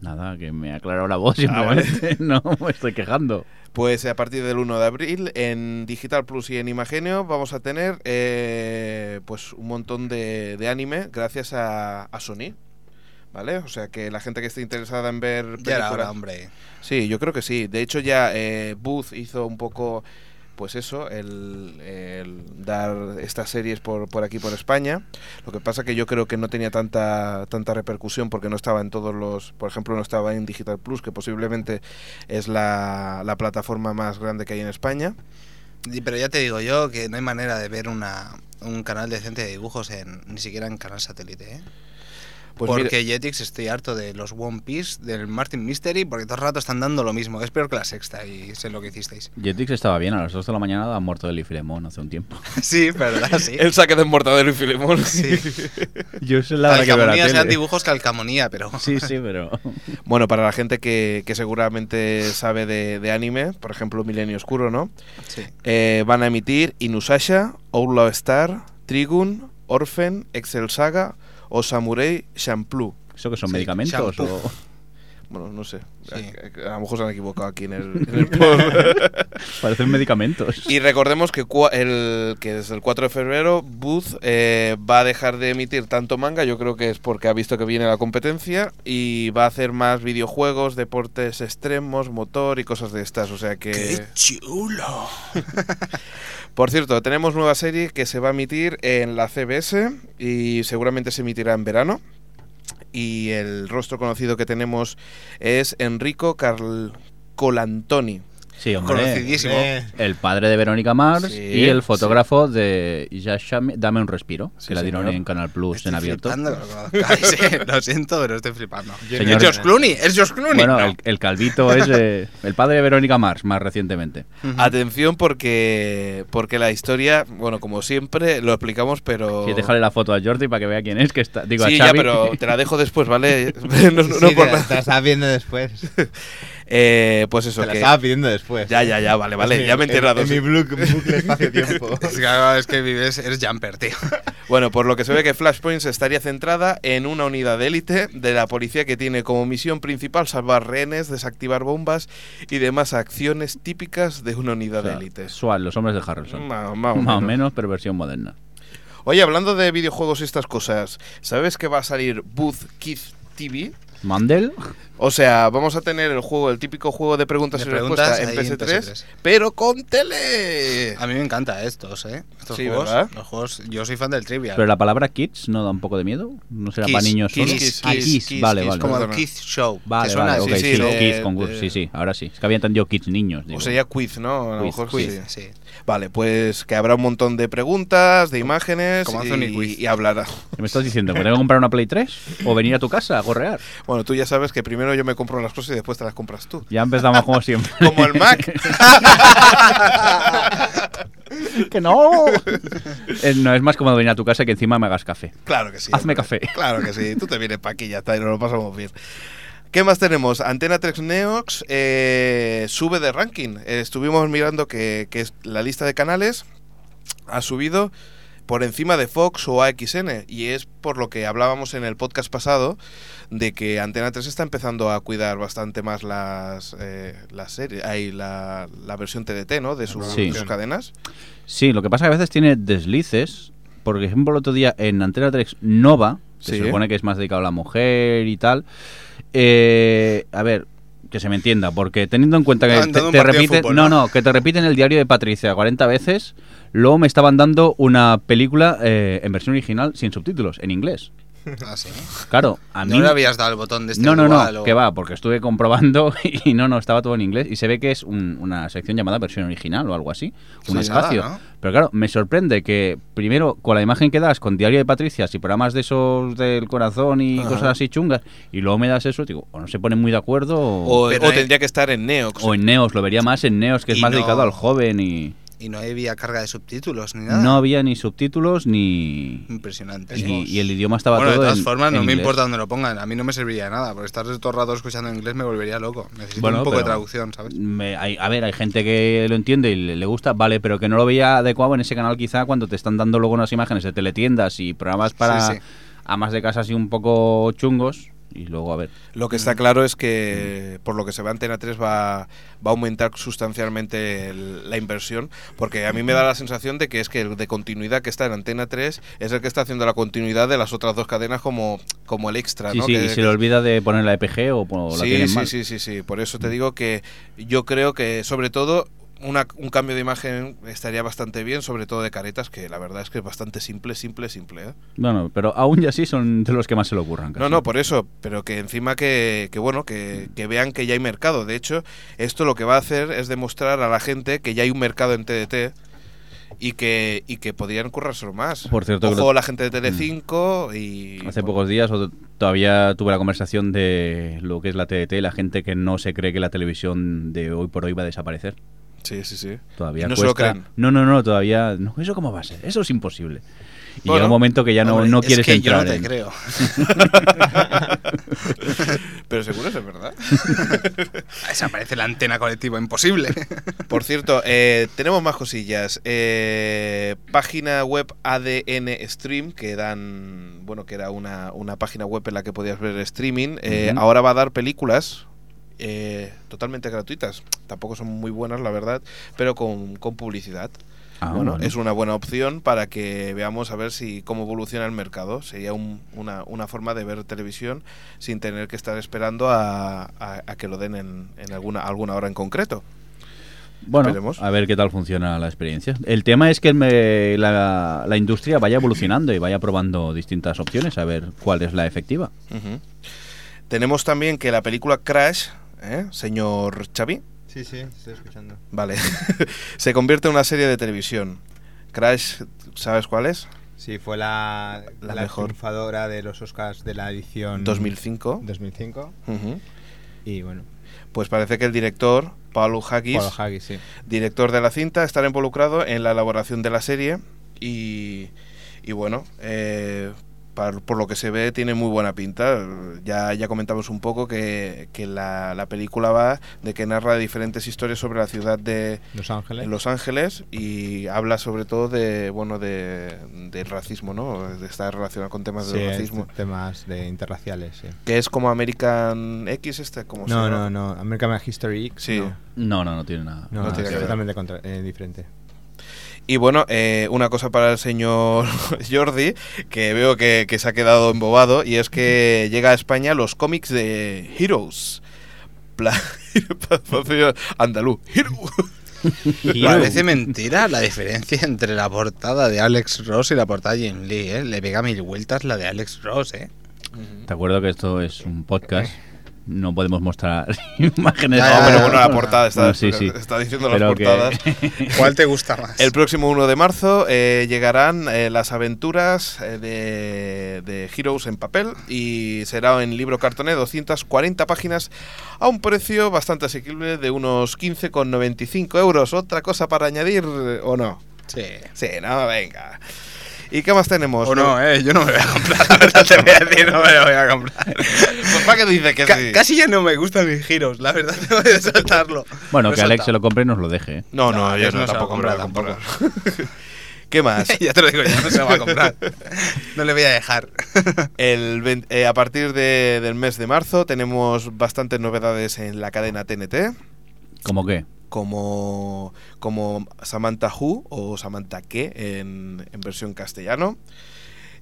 S4: Nada, que me ha aclarado la voz simplemente. No me estoy quejando.
S2: Pues a partir del 1 de abril en Digital Plus y en Imagenio vamos a tener eh, pues un montón de, de anime gracias a, a Sony. ¿Vale? O sea que la gente que esté interesada en ver
S3: Ya era hora,
S2: películas-
S3: hombre.
S2: Sí, yo creo que sí. De hecho, ya eh, Booth hizo un poco, pues eso, el, el dar estas series por, por aquí, por España. Lo que pasa que yo creo que no tenía tanta, tanta repercusión porque no estaba en todos los, por ejemplo, no estaba en Digital Plus, que posiblemente es la, la plataforma más grande que hay en España.
S3: Y- Pero ya te digo yo que no hay manera de ver una, un canal decente de dibujos en, ni siquiera en canal satélite. ¿eh?
S2: Pues mira-
S3: porque Jetix estoy harto de los One Piece, del Martin Mystery, porque todo el rato están dando lo mismo. Es peor que la sexta y sé lo que hicisteis.
S4: Jetix estaba bien, a las 2 de la mañana ha muerto Eli Filemón hace un tiempo.
S3: sí, verdad, sí.
S2: el saque de Mortadelo y Filemón.
S3: sí.
S4: Yo soy la hora que veo la
S3: Calcamonía sean
S4: tele. ¿eh?
S3: dibujos calcamonía, pero.
S4: Sí, sí, pero.
S2: Bueno, para la gente que, que seguramente sabe de, de anime, por ejemplo, Milenio Oscuro, ¿no?
S3: Sí.
S2: Eh, van a emitir Inusasha, Outlaw Star, Trigun, Orphan, Excel Saga o Samurai Champloo.
S4: ¿Eso que son
S3: Sí,
S4: medicamentos?
S3: shampoo.
S4: o-
S2: Bueno, no sé.
S3: Sí.
S2: A, a lo mejor se han equivocado aquí en el, en el post.
S4: Parecen medicamentos.
S2: y recordemos que, cua- el, que desde el 4 de febrero Booth eh, va a dejar de emitir tanto manga, yo creo que es porque ha visto que viene la competencia, y va a hacer más videojuegos, deportes extremos, motor y cosas de estas. O sea que...
S3: chulo!
S2: Por cierto, tenemos nueva serie que se va a emitir en la CBS y seguramente se emitirá en verano. Y el rostro conocido que tenemos es Enrico Carl Colantoni.
S4: Sí, hombre.
S3: Conocidísimo.
S5: Eh,
S4: El padre de Verónica Mars
S2: Sí,
S4: y el fotógrafo de Yashami. Dame un respiro,
S2: Sí,
S4: que la dieron
S2: señor.
S4: en Canal Plus
S3: Estoy
S4: en abierto.
S3: flipando, que lo conozcáis, eh. Lo siento, pero estoy flipando.
S4: Señor-
S3: Es George Clooney, es George Clooney.
S4: Bueno,
S3: No.
S4: el, el calvito es eh, el padre de Verónica Mars, más recientemente.
S2: Atención porque porque la historia, bueno, como siempre lo explicamos, pero
S4: Sí, déjale la foto a Jordi para que vea quién es, que está, digo
S2: Oh. Sí,
S4: a
S2: ya,
S4: Xavi.
S2: pero te la dejo después, ¿vale? no
S5: Sí,
S2: no
S5: sí,
S2: por
S5: te,
S2: nada.
S5: te la estaba viendo después.
S2: Eh, pues eso
S5: Te la
S2: que
S5: estaba pidiendo después.
S2: Ya, ya, ya, vale, vale, ya me he
S5: En-
S2: enterrado.
S5: En,
S2: sí.
S5: mi bucle, bucle espacio-tiempo.
S3: Es que, claro, es que vives, eres jumper, tío.
S2: Bueno, por lo que se ve que Flashpoint estaría centrada en una unidad de élite de la policía que tiene como misión principal salvar rehenes, desactivar bombas y demás acciones típicas de una unidad
S4: O sea,
S2: de élite.
S4: Sual, los hombres de Harrelson.
S2: Ma-
S4: Más
S2: ma-
S4: o menos, pero versión moderna.
S2: Oye, hablando de videojuegos y estas cosas, ¿sabes que va a salir Booth Kids TV?
S4: Mandel,
S2: O sea, vamos a tener el juego, el típico juego de preguntas
S3: De
S2: y
S3: preguntas
S2: respuestas en
S3: ahí en
S2: PS3,
S3: PS3.
S2: pero con tele.
S3: A mí me encanta estos, ¿eh? Estos
S2: Sí,
S3: juegos,
S2: ¿verdad?
S3: los juegos. Yo soy fan del trivia.
S4: pero la palabra kids no da un poco de miedo. No será
S3: Kiss,
S4: para niños
S3: kiss,
S4: solo?
S2: kiss,
S4: Ah,
S2: kiss,
S4: kiss,
S2: kiss,
S4: vale,
S2: kiss,
S4: vale.
S3: como el
S2: perdona.
S3: Kids Show. ¿Te
S4: Vale,
S3: suena
S4: vale,
S3: así?
S4: ok,
S2: Sí, sí,
S4: sí,
S2: de-
S4: kids con gu-
S2: de-
S4: sí, sí, ahora sí. Es que había entendido kids niños. digo.
S2: O sería quiz, ¿no? A lo
S4: Quiz,
S2: mejor
S4: quiz.
S2: sí.
S3: Sí.
S2: Vale, pues que habrá un montón de preguntas, de imágenes
S3: Como hace un
S2: y,
S3: quiz.
S2: y hablará.
S4: ¿Qué me estás diciendo? ¿Que tengo que comprar una Play 3? ¿O venir a tu casa a correar?
S2: Bueno, tú ya sabes que primero yo me compro las cosas y después te las compras tú.
S4: Ya empezamos como siempre.
S2: Como el Mac.
S4: ¡Que no! Eh, No, es más cómodo venir a tu casa que encima me hagas café.
S2: Claro que sí.
S4: Hazme
S2: hombre.
S4: café.
S2: Claro que sí. Tú te vienes para aquí y ya está y nos lo pasamos bien. ¿Qué más tenemos? Antena 3 Neox eh, sube de ranking. Eh, estuvimos mirando que, que es- la lista de canales ha subido por encima de Fox o AXN. Y es por lo que hablábamos en el podcast pasado de que Antena 3 está empezando a cuidar bastante más las, eh, las series. Hay la, la versión TDT, ¿no? De, sus-
S4: Sí.
S2: de sus cadenas.
S4: Sí, lo que pasa es que a veces tiene deslices. Por ejemplo, el otro día en Antena 3 Nova, que
S2: Sí.
S4: se supone que es más dedicado a la mujer y tal. eh, a ver, que se me entienda, porque teniendo en cuenta que
S3: Estaban
S4: te,
S3: dando un
S4: te
S3: partido de
S4: repiten.
S3: fútbol,
S4: no,
S3: ¿no?
S4: no, que te repiten el diario de Patricia 40 veces. Luego me estaban dando una película eh, en versión original sin subtítulos, en inglés.
S3: Ah, sí.
S4: Claro, a mí.
S3: ¿No le habías dado el botón de este
S4: no, no,
S3: igual
S4: no,
S3: o-
S4: que va, porque estuve comprobando y no, no, estaba todo en inglés y se ve que es un- una sección llamada versión original o algo así, un
S3: Sí, nada,
S4: espacio.
S3: ¿no?
S4: Pero claro, me sorprende que primero con la imagen que das con Diario de Patricias y programas de esos del corazón y
S2: Ajá.
S4: cosas así chungas y luego me das eso, digo, o no se ponen muy de acuerdo o,
S2: O,
S3: Pero
S2: o
S3: hay-
S2: tendría que estar en E- Neox.
S4: o en Neos, lo vería más en Neos que es
S3: Y
S4: más
S3: no-
S4: dedicado al joven y
S3: Y no había carga de subtítulos ni nada.
S4: no había ni subtítulos ni...
S3: Impresionante.
S4: Y, y el idioma estaba
S3: bueno,
S4: todo
S3: de todas
S4: en-
S3: formas,
S4: en
S3: no me
S4: inglés.
S3: importa dónde lo pongan. A mí no me serviría de nada. Porque estar todo el rato escuchando en inglés me volvería loco. Necesito
S4: Bueno,
S3: un poco de
S4: pero-
S3: traducción, ¿sabes?
S4: Me- hay- a ver, hay gente que lo entiende y le, le gusta, vale, pero que no lo veía adecuado en ese canal quizá cuando te están dando luego unas imágenes de teletiendas y programas para
S3: Sí, sí.
S4: amas de casa así un poco chungos y luego a ver.
S2: Lo que
S4: Mm.
S2: está claro es que, por lo que se ve, Antena 3 va, va a aumentar sustancialmente el- la inversión, porque a mí me da la sensación de que es que el de continuidad que está en Antena 3 es el que está haciendo la continuidad de las otras dos cadenas como, como el extra,
S4: sí,
S2: ¿no?
S4: sí,
S2: Que-
S4: y se le olvida de poner la EPG o, po- la
S2: sí,
S4: tienen
S2: sí,
S4: mal.
S2: sí, sí, sí. Por eso te digo que yo creo que, sobre todo, una- un cambio de imagen estaría bastante bien, sobre todo de caretas, que la verdad es que es bastante simple, simple, simple. ¿eh?
S4: Bueno, pero aún y así son de los que más se le ocurran. casi.
S2: No, no, por eso, pero que encima que, que bueno, que, que vean que ya hay mercado. De hecho, esto lo que va a hacer es demostrar a la gente que ya hay un mercado en TDT y que, y que podrían currárselo más.
S4: Por cierto, que
S2: Ojo
S4: lo-
S2: la gente de Telecinco y...
S4: Hace
S2: bueno,
S4: pocos días o- todavía tuve la conversación de lo que es la TDT y la gente que no se cree que la televisión de hoy por hoy va a desaparecer.
S2: Sí, sí, sí.
S4: Todavía
S2: Y no se lo
S4: cuesta.
S2: creen.
S4: No, no, no, todavía. No, ¿Eso cómo va a ser? Eso es imposible. Y
S2: Bueno,
S4: llega un momento que ya no,
S3: Hombre,
S4: no
S3: es
S4: quieres
S3: que
S4: entrar.
S3: Yo no te
S4: en-
S3: creo.
S2: Pero seguro eso es verdad.
S3: Desaparece la antena colectiva, imposible.
S2: Por cierto, eh, tenemos más cosillas. Eh, página web ADN Stream, que dan. Bueno, que era una, una página web en la que podías ver streaming. eh,
S4: Ujú.
S2: Ahora va a dar películas. eh, totalmente gratuitas. Tampoco son muy buenas, la verdad, pero con, con publicidad.
S4: Ah,
S2: bueno,
S4: vale.
S2: es una buena opción para que veamos a ver si cómo evoluciona el mercado. Sería un- una, una forma de ver televisión sin tener que estar esperando a, a- a que lo den en, en alguna, alguna hora en concreto.
S4: Bueno,
S2: esperemos.
S4: a ver qué tal funciona la experiencia. El tema es que me- la, la industria vaya evolucionando y vaya probando distintas opciones a ver cuál es la efectiva.
S2: Ujú. Tenemos también que la película Crash, ¿eh? señor Xavi,
S5: Sí, sí, estoy escuchando.
S2: Vale. se convierte en una serie de televisión. Crash, ¿sabes cuál es?
S5: Sí, fue la,
S2: La
S5: la,
S2: mejor.
S5: triunfadora de los Oscars de la edición
S2: 2005.
S5: 2005.
S2: Ujú.
S5: Y bueno,
S2: Pues parece que el director, Paulo Haggis,
S5: Paul Haggis, sí.
S2: director de la cinta, estará involucrado en la elaboración de la serie y, y bueno, eh, par- por lo que se ve tiene muy buena pinta. Ya, ya comentamos un poco que, que la, la película va de que narra diferentes historias sobre la ciudad de
S5: Los Ángeles.
S2: Los Ángeles y habla sobre todo de bueno de, del racismo, ¿no? De estar relacionado con temas
S5: Sí,
S2: de racismo.
S5: este- temas de interraciales, sí.
S2: Que es como American X, este, como se
S5: No,
S2: llama?
S5: no, no. American History X.
S2: Sí.
S5: No,
S4: No, no, no tiene nada.
S5: no,
S2: No
S5: es
S2: tiene que ver.
S5: totalmente contra- eh, diferente.
S2: Y bueno, eh, una cosa para el señor Jordi, que veo que, que se ha quedado embobado, y es que llega a España los cómics de Heroes. Pla- pa- pa- Andaluz. Heroes.
S3: Parece mentira la diferencia entre la portada de Alex Ross y la portada de Jim Lee, ¿eh? Le pega mil vueltas la de Alex Ross, ¿eh?
S4: Te acuerdo que esto es un podcast. No podemos mostrar imágenes.
S3: Ya,
S2: No,
S3: ya,
S2: pero
S3: ya.
S2: bueno, la portada está,
S4: Bueno, sí, sí.
S2: está diciendo las
S4: Pero que-
S2: portadas.
S3: ¿Cuál te gusta más?
S2: El próximo 1 de marzo eh, llegarán eh, las aventuras eh, de, de Heroes en papel y será en libro cartoné 240 páginas a un precio bastante asequible de unos 15,95 euros. ¿Otra cosa para añadir eh, o no?
S3: Sí.
S2: Sí, no, venga. ¿Y qué más tenemos?
S3: O no, eh, yo no me voy a comprar, la verdad te voy a decir, no me lo voy a comprar.
S2: Pues, ¿Para qué dice que
S3: Ca-
S2: sí?
S3: Casi ya no me gustan mis giros, la verdad, tengo que soltarlo.
S4: Bueno,
S3: Lo he
S4: que Alex
S3: soltado.
S4: se lo compre y nos lo deje. ¿eh?
S2: No, no,
S3: No,
S2: yo
S3: Alex
S2: no,
S3: no se lo
S2: tampoco me lo voy a
S3: compra,
S2: comprar. ¿Qué más?
S3: ya te lo digo, ya no se lo va a comprar. No le voy a dejar.
S2: El vein- eh, a partir de- del mes de marzo tenemos bastantes novedades en la cadena TNT.
S4: ¿Cómo qué?
S2: como, como Samantha Who o Samantha Que en, en versión castellano.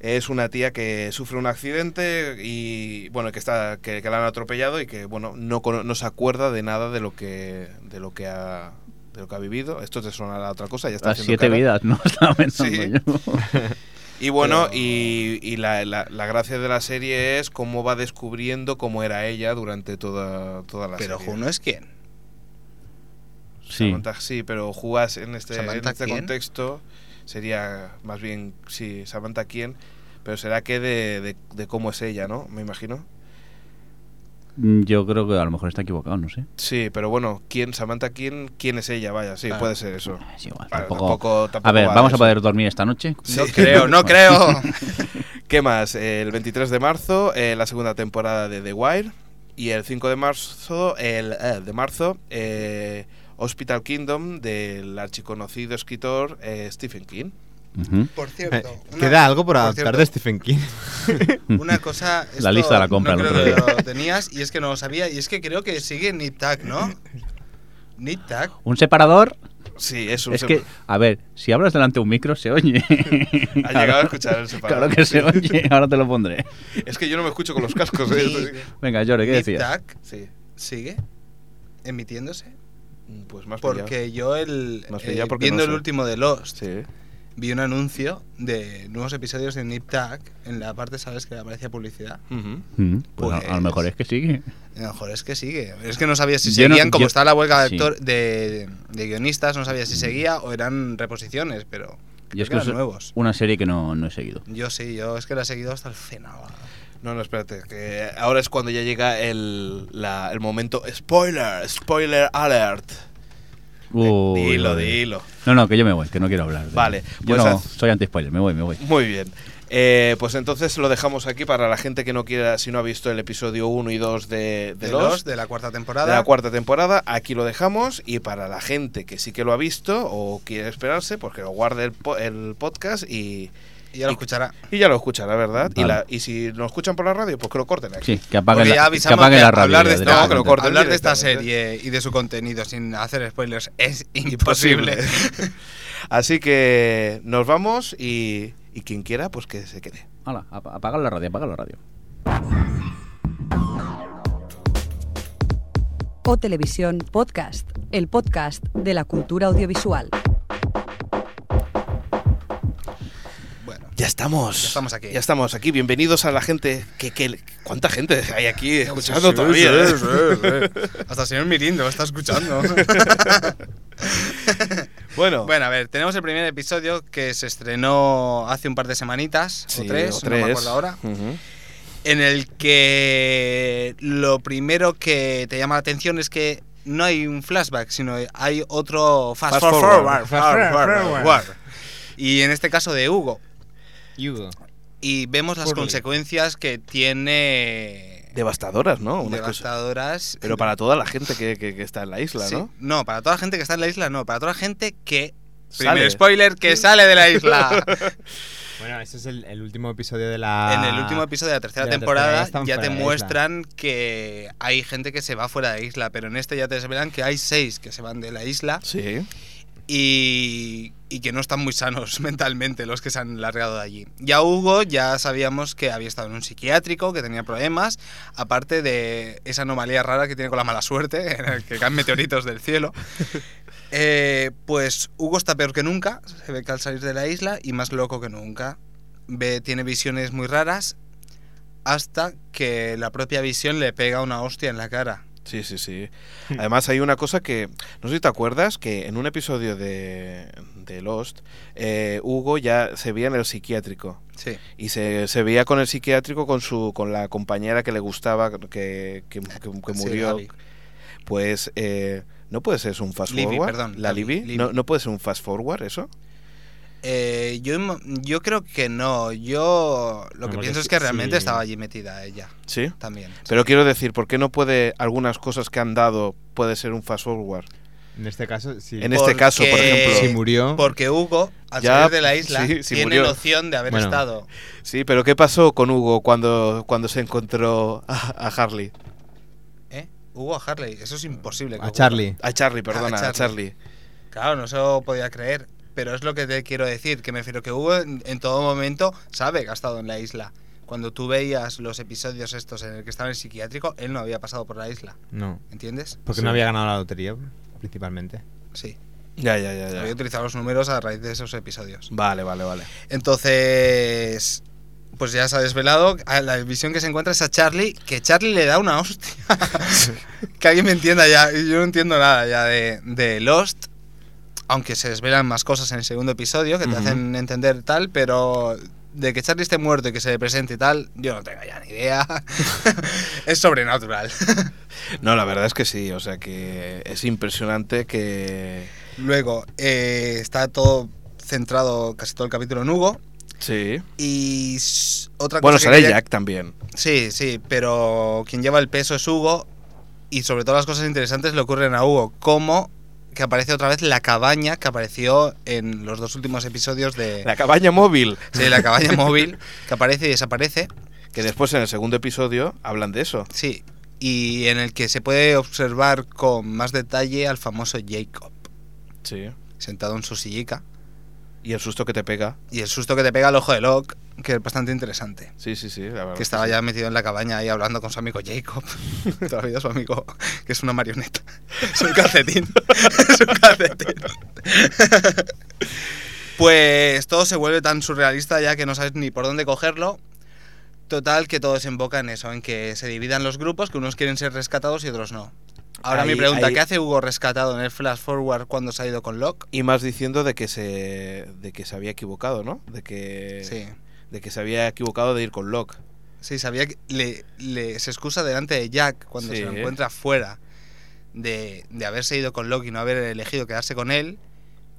S2: Es una tía que sufre un accidente y bueno, que está que, que la han atropellado y que bueno, no, cono- no se acuerda de nada de lo que de lo que ha de lo que ha vivido. Esto te suena a la otra cosa, ya está
S4: Las
S2: haciendo
S4: siete
S2: cara.
S4: vidas, ¿no? Estaba pensando
S2: Sí.
S4: yo.
S2: Y bueno, y, y la, la- la gracia de la serie es cómo va descubriendo cómo era ella durante toda, toda la
S3: Pero
S2: serie.
S3: Juno es quién.
S4: Sí.
S2: Samantha, sí, pero jugás en este, en
S3: ¿Samantha
S2: este
S3: quién?
S2: contexto. Sería más bien, sí, Samantha quién. Pero será que de, de- de cómo es ella, ¿no? Me imagino.
S4: Mm, Yo creo que a lo mejor está equivocado, no sé.
S2: Sí, pero bueno, ¿quién, Samantha quién, quién es ella? Vaya, sí,
S3: Claro.
S2: puede ser eso.
S4: Ah, Es igual,
S2: Vale,
S4: tampoco...
S2: tampoco- tampoco
S4: A ver,
S2: va
S4: ¿vamos
S2: eso.
S4: a poder dormir esta noche?
S2: Sí.
S3: No creo, no creo.
S2: ¿Qué más? Eh, El 23 de marzo, eh, la segunda temporada de The Wire. Y el 5 de marzo, el eh, de marzo, eh, Hospital Kingdom del archiconocido escritor eh, Stephen King.
S4: Ujú.
S3: Por
S5: Eh,
S3: cierto. una-
S5: Queda algo por adaptar
S3: cierto,
S5: de este Stephen King.
S3: Una cosa. esto
S4: lista de la compra
S3: No
S4: el
S3: creo
S4: otro
S3: que lo tenías y es que no lo sabía. Y es que creo que sigue Nip Tuck, ¿no? Nip Tuck.
S4: ¿Un separador?
S2: Sí, es un
S4: es que, a ver, si hablas delante de un micro, se oye.
S2: Ha llegado a escuchar el separador.
S4: Claro que se oye, ahora te lo pondré.
S2: Es que yo no me escucho con los cascos.
S3: Sí.
S2: ¿eh?
S4: Venga, Jorge, ¿qué
S3: Nip
S4: decías?
S3: Tuck
S2: Sí.
S3: sigue emitiéndose.
S2: Pues más pillado.
S3: Porque yo, el,
S2: Más
S3: eh,
S2: pillado porque
S3: viendo
S2: no
S3: el
S2: sé.
S3: último de Lost,
S2: Sí.
S3: vi un anuncio de nuevos episodios de Nip Tuck. En la parte, ¿sabes? Que aparece publicidad.
S2: Ujú.
S4: Mm, pues a- a,
S3: Pues-
S4: lo mejor es que sigue.
S3: A lo mejor es que sigue. Es que no sabía si
S4: Yo no-
S3: seguían, como
S4: yo-
S3: está la huelga de,
S4: sí.
S3: actor- de, de guionistas, no sabía si seguía o eran reposiciones, pero
S4: Y es
S3: creo que
S4: que
S3: eran
S4: es
S3: nuevos.
S4: una serie que no, no he seguido.
S3: Yo sí, yo es que la he seguido hasta el final.
S2: No, no, espérate. Que ahora es cuando ya llega el, la- el momento. Spoiler, spoiler alert.
S4: Uy,
S2: Eh, dilo,
S4: vale.
S2: dilo.
S4: No, no, que yo me voy, que no quiero hablar. de-
S2: Vale,
S4: Yo
S2: pues
S4: no,
S2: haz-
S4: soy anti-spoiler, me voy, me voy.
S2: Muy bien. Eh, pues entonces lo dejamos aquí para la gente que no quiera, si no ha visto el episodio 1 y 2 de, de
S3: De los
S2: Lost,
S3: de la cuarta temporada.
S2: de la cuarta temporada, aquí lo dejamos y para la gente que sí que lo ha visto o quiere esperarse, pues que lo guarde el, po- el podcast y,
S3: Y ya lo
S2: y-
S3: escuchará.
S2: y ya lo escuchará, ¿verdad? Y,
S4: Vale.
S2: la- y si lo escuchan por la radio, pues que lo corten aquí.
S4: Sí, que
S3: Porque
S4: apaguen
S3: ya
S4: la, que
S3: avisamos
S4: apaguen
S3: que
S4: la radio.
S3: hablar de,
S4: ya
S3: esta,
S2: No, que lo
S4: directamente.
S2: corten
S3: hablar de esta
S2: directamente.
S3: serie y de su contenido sin hacer spoilers es imposible.
S2: Así que nos vamos y, y quien quiera, pues que se quede.
S4: Hala, ap- apaga la radio, apaga la radio.
S1: O Televisión Podcast, el podcast de la cultura audiovisual.
S3: bueno,
S2: Ya estamos.
S3: Ya estamos aquí.
S2: Ya estamos aquí. Bienvenidos a la gente. Que, que- ¿Cuánta gente hay aquí escuchando
S3: Sí,
S2: todavía?
S3: sí,
S2: eh?
S3: sí, sí. Hasta el señor Mirindo está escuchando.
S2: Bueno,
S3: Bueno, a ver, tenemos el primer episodio que se estrenó hace un par de semanitas,
S2: sí,
S3: o tres,
S2: o
S3: no me
S2: tres.
S3: acuerdo ahora,
S2: Ujú.
S3: en el que lo primero que te llama la atención es que no hay un flashback, sino hay otro fast,
S2: Fast
S3: forward,
S2: forward,
S3: forward,
S5: fast
S3: forward,
S5: forward.
S3: forward. Y en este caso de Hugo.
S5: Hugo.
S3: Y vemos
S2: Pues
S3: las
S5: Hurley.
S3: consecuencias que tiene
S2: Devastadoras, ¿no? Una cosa-
S3: devastadoras.
S2: Pero para toda la gente que, que- que está en la isla,
S3: Sí.
S2: ¿no?
S3: No, para toda la gente que está en la isla, no. Para toda la gente que.
S2: Sale.
S3: Primer spoiler, que sale de la isla.
S5: Bueno, ese es el, el último episodio de la.
S3: en el último episodio de la tercera
S5: Ah, de la tercera,
S3: temporada
S5: ya están
S3: ya
S5: fuera
S3: te
S5: de la isla.
S3: muestran que hay gente que se va fuera de la isla, pero en este ya te desvelan que hay seis que se van de la isla
S2: Sí.
S3: y, y que no están muy sanos mentalmente los que se han largado de allí. Ya Hugo ya sabíamos que había estado en un psiquiátrico, que tenía problemas, aparte de esa anomalía rara que tiene con la mala suerte, en el que caen meteoritos del cielo. Eh, pues Hugo está peor que nunca, se ve que al salir de la isla y más loco que nunca. Ve, tiene visiones muy raras hasta que la propia visión le pega una hostia en la cara.
S2: Sí, sí, sí.
S3: Hmm.
S2: Además hay una cosa que, no sé si te acuerdas, que en un episodio de, de Lost, eh, Hugo ya se veía en el psiquiátrico.
S3: Sí.
S2: Y se, se veía con el psiquiátrico con su con la compañera que le gustaba, que, que, que- que
S3: Sí,
S2: murió.
S3: Gaby.
S2: pues eh, no puede ser un fast
S3: Libby,
S2: forward.
S3: perdón,
S2: La
S3: Libby,
S2: Libby.
S3: Libby.
S2: No, no puede ser un fast forward eso.
S3: Eh, yo, im- yo creo que no. Yo lo
S5: No,
S3: que
S5: porque
S3: pienso es
S5: sí-
S3: que realmente
S5: sí.
S3: estaba allí metida ella
S2: Sí.
S3: también.
S2: Pero quiero decir, ¿por qué no puede algunas cosas que han dado puede ser un fast forward?
S5: En este caso, sí.
S2: En este caso, por
S3: Porque-
S2: ejemplo.
S5: Si murió.
S3: Porque Hugo, al
S2: Ya,
S3: salir de la isla,
S2: sí, sí
S3: tiene
S2: murió.
S3: noción de haber
S5: Bueno.
S3: estado.
S2: Sí, pero ¿qué pasó con Hugo cuando, cuando se encontró a, a Harley?
S3: ¿Eh? Hugo a Harley, eso es imposible. que
S5: A
S3: ocurra.
S5: Charlie.
S2: A Charlie, perdona,
S3: Ah,
S2: a Charlie.
S3: Claro, no se lo podía creer. Pero es lo que te quiero decir, que me refiero que Hugo en, en todo momento sabe que ha estado en la isla. Cuando tú veías los episodios estos en el que estaba en el psiquiátrico, él no había pasado por la isla,
S5: No.
S3: ¿entiendes?
S5: Porque
S2: Sí.
S5: no había ganado la lotería, principalmente.
S3: Sí.
S2: Ya, ya, ya,
S3: Había
S2: ya.
S3: utilizado los números a raíz de esos episodios.
S2: Vale, vale, vale.
S3: Entonces, pues ya se ha desvelado. a La visión que se encuentra es a Charlie, que Charlie le da una hostia. que alguien me entienda ya. Yo no entiendo nada ya de, de Lost. Aunque se desvelan más cosas en el segundo episodio que te
S2: Ujú.
S3: hacen entender tal, pero de que Charlie esté muerto y que se le presente y tal, yo no tengo ya ni idea. es sobrenatural.
S2: No, la verdad es que sí, o sea que es impresionante que...
S3: Luego, eh, está todo centrado, casi todo el capítulo en Hugo.
S2: Sí.
S3: Y s- otra
S2: Bueno,
S3: cosa. que
S2: sale
S3: quería-
S2: Jack también.
S3: Sí, sí, pero quien lleva el peso es Hugo y sobre todo las cosas interesantes le ocurren a Hugo, como que aparece otra vez la cabaña que apareció en los dos últimos episodios de
S2: La cabaña móvil.
S3: sí, la cabaña móvil, que aparece y desaparece,
S2: Que después en el segundo episodio hablan de eso.
S3: sí, y en el que se puede observar con más detalle al famoso Jacob,
S2: Sí.
S3: sentado en su sillica,
S2: Y el susto que te pega.
S3: y el susto que te pega al ojo de Locke, que es bastante interesante.
S2: Sí, sí, sí, la verdad.
S3: Que estaba
S2: sí.
S3: ya metido en la cabaña ahí hablando con su amigo Jacob. Todavía su amigo, que es una marioneta. Es un calcetín. Es un calcetín. Pues todo se vuelve tan surrealista ya que no sabes ni por dónde cogerlo. Total, que todo desemboca en eso, en que se dividan los grupos, que unos quieren ser rescatados y otros no. Ahora
S2: Ahí-
S3: mi pregunta,
S2: ahí-
S3: ¿qué hace Hugo rescatado en el flash forward cuando se ha ido con Locke?
S2: Y más diciendo de que se de que se había equivocado, ¿no? De que
S3: Sí.
S2: de que se había equivocado de ir con Locke.
S3: Sí, sabía que le, le- se excusa delante de Jack cuando
S2: Sí.
S3: se lo encuentra fuera de, de haberse ido con Loki y no haber elegido quedarse con él,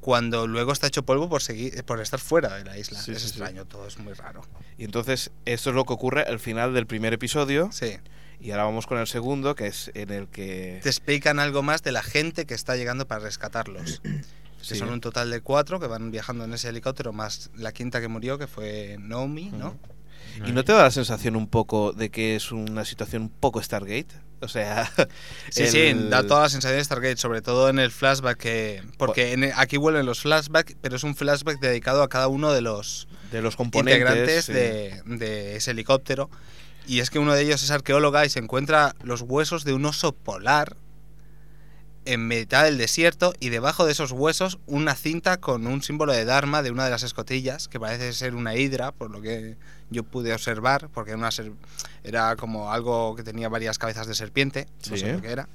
S3: cuando luego está hecho polvo por seguir por estar fuera de la isla.
S2: Sí,
S3: es
S2: sí, sí.
S3: extraño, todo es muy raro.
S2: Y entonces esto es lo que ocurre al final del primer episodio
S3: Sí.
S2: y ahora vamos con el segundo que es en el que
S3: Te explican algo más de la gente que está llegando para rescatarlos.
S2: Sí.
S3: Que son un total de cuatro que van viajando en ese helicóptero, más la quinta que murió, que fue Naomi, ¿no?
S2: Ujú. y no te da la sensación un poco de que es una situación un poco Stargate, o sea,
S3: Sí,
S2: el-
S3: sí, da toda la sensación de Stargate, sobre todo en el flashback, que, porque en- aquí vuelven los flashbacks, pero es un flashback dedicado a cada uno de los
S2: de los componentes
S3: integrantes
S2: sí.
S3: de, de ese helicóptero. Y es que uno de ellos es arqueóloga y se encuentra los huesos de un oso polar en mitad del desierto y debajo de esos huesos una cinta con un símbolo de Dharma de una de las escotillas, que parece ser una hidra, por lo que yo pude observar, porque era, una ser- era como algo que tenía varias cabezas de serpiente, no
S2: Sí.
S3: sé lo que era.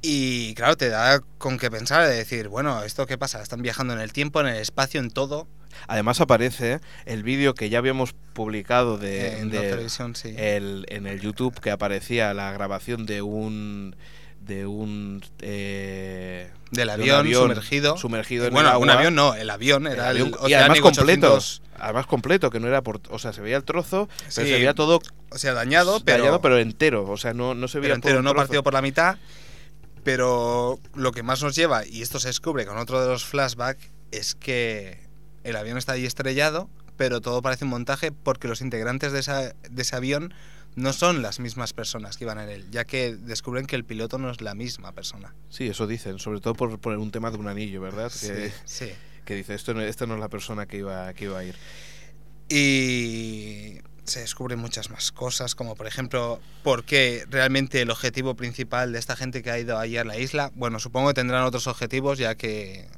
S3: Y claro, te da con qué pensar de decir, bueno, ¿esto qué pasa? Están viajando en el tiempo, en el espacio, en todo.
S2: Además aparece el vídeo que ya habíamos publicado de,
S3: en la
S2: de- eh,
S3: televisión, Eh, sí.
S2: el- en el YouTube que aparecía la grabación de un de un eh,
S3: del
S2: de un
S3: avión, sumergido.
S2: sumergido en
S3: bueno,
S2: el
S3: un
S2: agua.
S3: avión no, el avión
S2: El
S3: era el,
S2: avión- y
S3: Oceanic
S2: además completo
S3: 800,
S2: además completo que no era por o sea se veía el trozo pero
S3: Sí,
S2: se veía todo
S3: o sea, dañado, pero,
S2: tallado, pero entero o sea no no se
S3: pero
S2: veía por
S3: entero,
S2: un
S3: no
S2: trozo.
S3: partido por la mitad. Pero lo que más nos lleva, y esto se descubre con otro de los flashbacks, es que el avión está ahí estrellado, pero todo parece un montaje porque los integrantes de, esa- de ese avión no son las mismas personas que iban en él, ya que descubren que el piloto no es la misma persona.
S2: sí eso dicen sobre todo por, por un tema de un anillo verdad que,
S3: sí.
S2: que dice esto no, esta no es la persona que iba que iba a ir
S3: Y se descubren muchas más cosas, como por ejemplo, por qué realmente el objetivo principal de esta gente que ha ido allí a la isla. Bueno, supongo que tendrán otros objetivos, ya que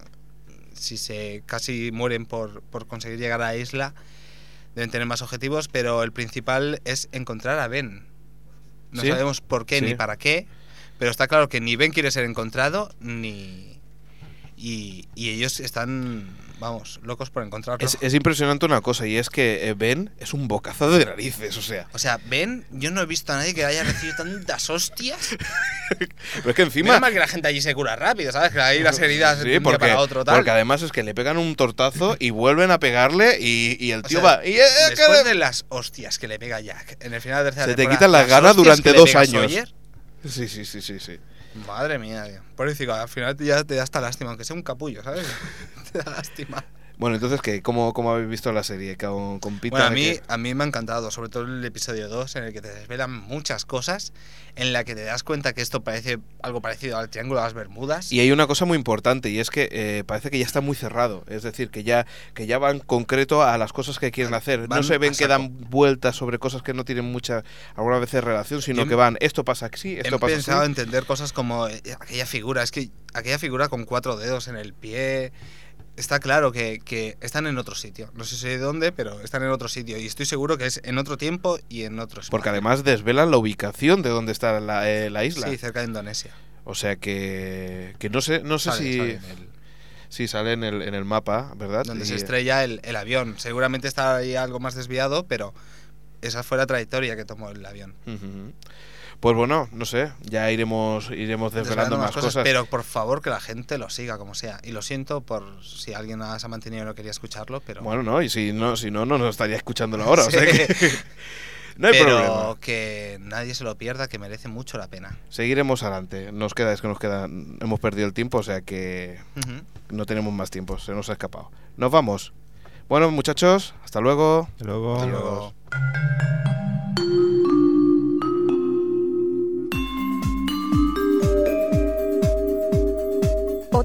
S3: si se casi mueren por, por conseguir llegar a la isla, deben tener más objetivos, pero el principal es encontrar a Ben. No
S2: Sí.
S3: sabemos por qué ni
S2: Sí.
S3: para qué, pero está claro que ni Ben quiere ser encontrado, ni. Y, y ellos están, vamos, locos por encontrarlo.
S2: Es, es impresionante una cosa, y es que eh, Ben es un bocazo de narices, o sea.
S3: O sea, Ben, yo no he visto a nadie que haya recibido tantas hostias.
S2: Pero es que
S3: Menos
S2: encima.
S3: mal que la gente allí se cura rápido, ¿sabes? Que ahí las heridas
S2: Sí,
S3: de un día
S2: porque,
S3: para otro tal. Eh,
S2: porque además es que le pegan un tortazo y vuelven a pegarle y, y el
S3: O
S2: tío
S3: sea,
S2: va. y, eh, eh,
S3: Después
S2: que-
S3: de las hostias que le pega Jack en el final de la tercera
S2: Se te
S3: temporada,
S2: quitan las ganas
S3: hostias
S2: durante
S3: que le
S2: dos
S3: pega
S2: años.
S3: Sawyer,
S2: Sí, sí, sí, sí, sí.
S3: madre mía, tío. Por eso digo, al final ya te da hasta lástima, aunque sea un capullo, ¿sabes? te da lástima.
S2: Bueno, entonces, ¿qué? ¿Cómo, cómo habéis visto la serie? ¿Con, con Pita?
S3: Bueno, a mí,
S2: que-
S3: a mí me ha encantado, sobre todo el episodio 2, en el que te desvelan muchas cosas, en la que te das cuenta que esto parece algo parecido al Triángulo de las Bermudas.
S2: Y hay una cosa muy importante, y es que eh, parece que ya está muy cerrado. Es decir, que ya, que ya van concreto a las cosas que quieren hacer.
S3: Van
S2: no se
S3: a
S2: ven que
S3: saco.
S2: dan vueltas sobre cosas que no tienen mucha, alguna veces relación, sino
S3: Yo
S2: que van, esto pasa así,
S3: He
S2: esto pasa así.
S3: pensado entender cosas como eh, aquella figura, es que aquella figura con cuatro dedos en el pie, está claro que, que están en otro sitio. No sé si dónde, pero están en otro sitio. Y estoy seguro que es en otro tiempo y en otro espacio.
S2: Porque además desvelan la ubicación de donde está la, eh, la isla.
S3: Sí, cerca de Indonesia.
S2: O sea que, que no sé, no sé
S3: Sale-
S2: si,
S3: sale en el-
S2: si sale en el, en el mapa, ¿verdad?
S3: donde
S2: Y- eh,
S3: se estrella el, el avión. Seguramente está ahí algo más desviado, pero esa fue la trayectoria que tomó el avión.
S2: Ujú. Pues bueno, no sé, ya iremos iremos desvelando,
S3: Desvelando
S2: más cosas.
S3: Pero por favor que la gente lo siga como sea. Y lo siento por si alguien se ha mantenido y no quería escucharlo, pero...
S2: Bueno, no, y si no, si no, no nos estaría escuchándolo ahora. O sea
S3: Sí.
S2: que no hay
S3: pero
S2: problema.
S3: que nadie se lo pierda, que merece mucho la pena.
S2: Seguiremos adelante. Nos queda, es que nos queda, hemos perdido el tiempo, o sea que
S3: Ujú.
S2: no tenemos más tiempo, se nos ha escapado. Nos vamos. Bueno, muchachos, hasta luego.
S5: Hasta luego.
S3: Hasta luego.
S1: O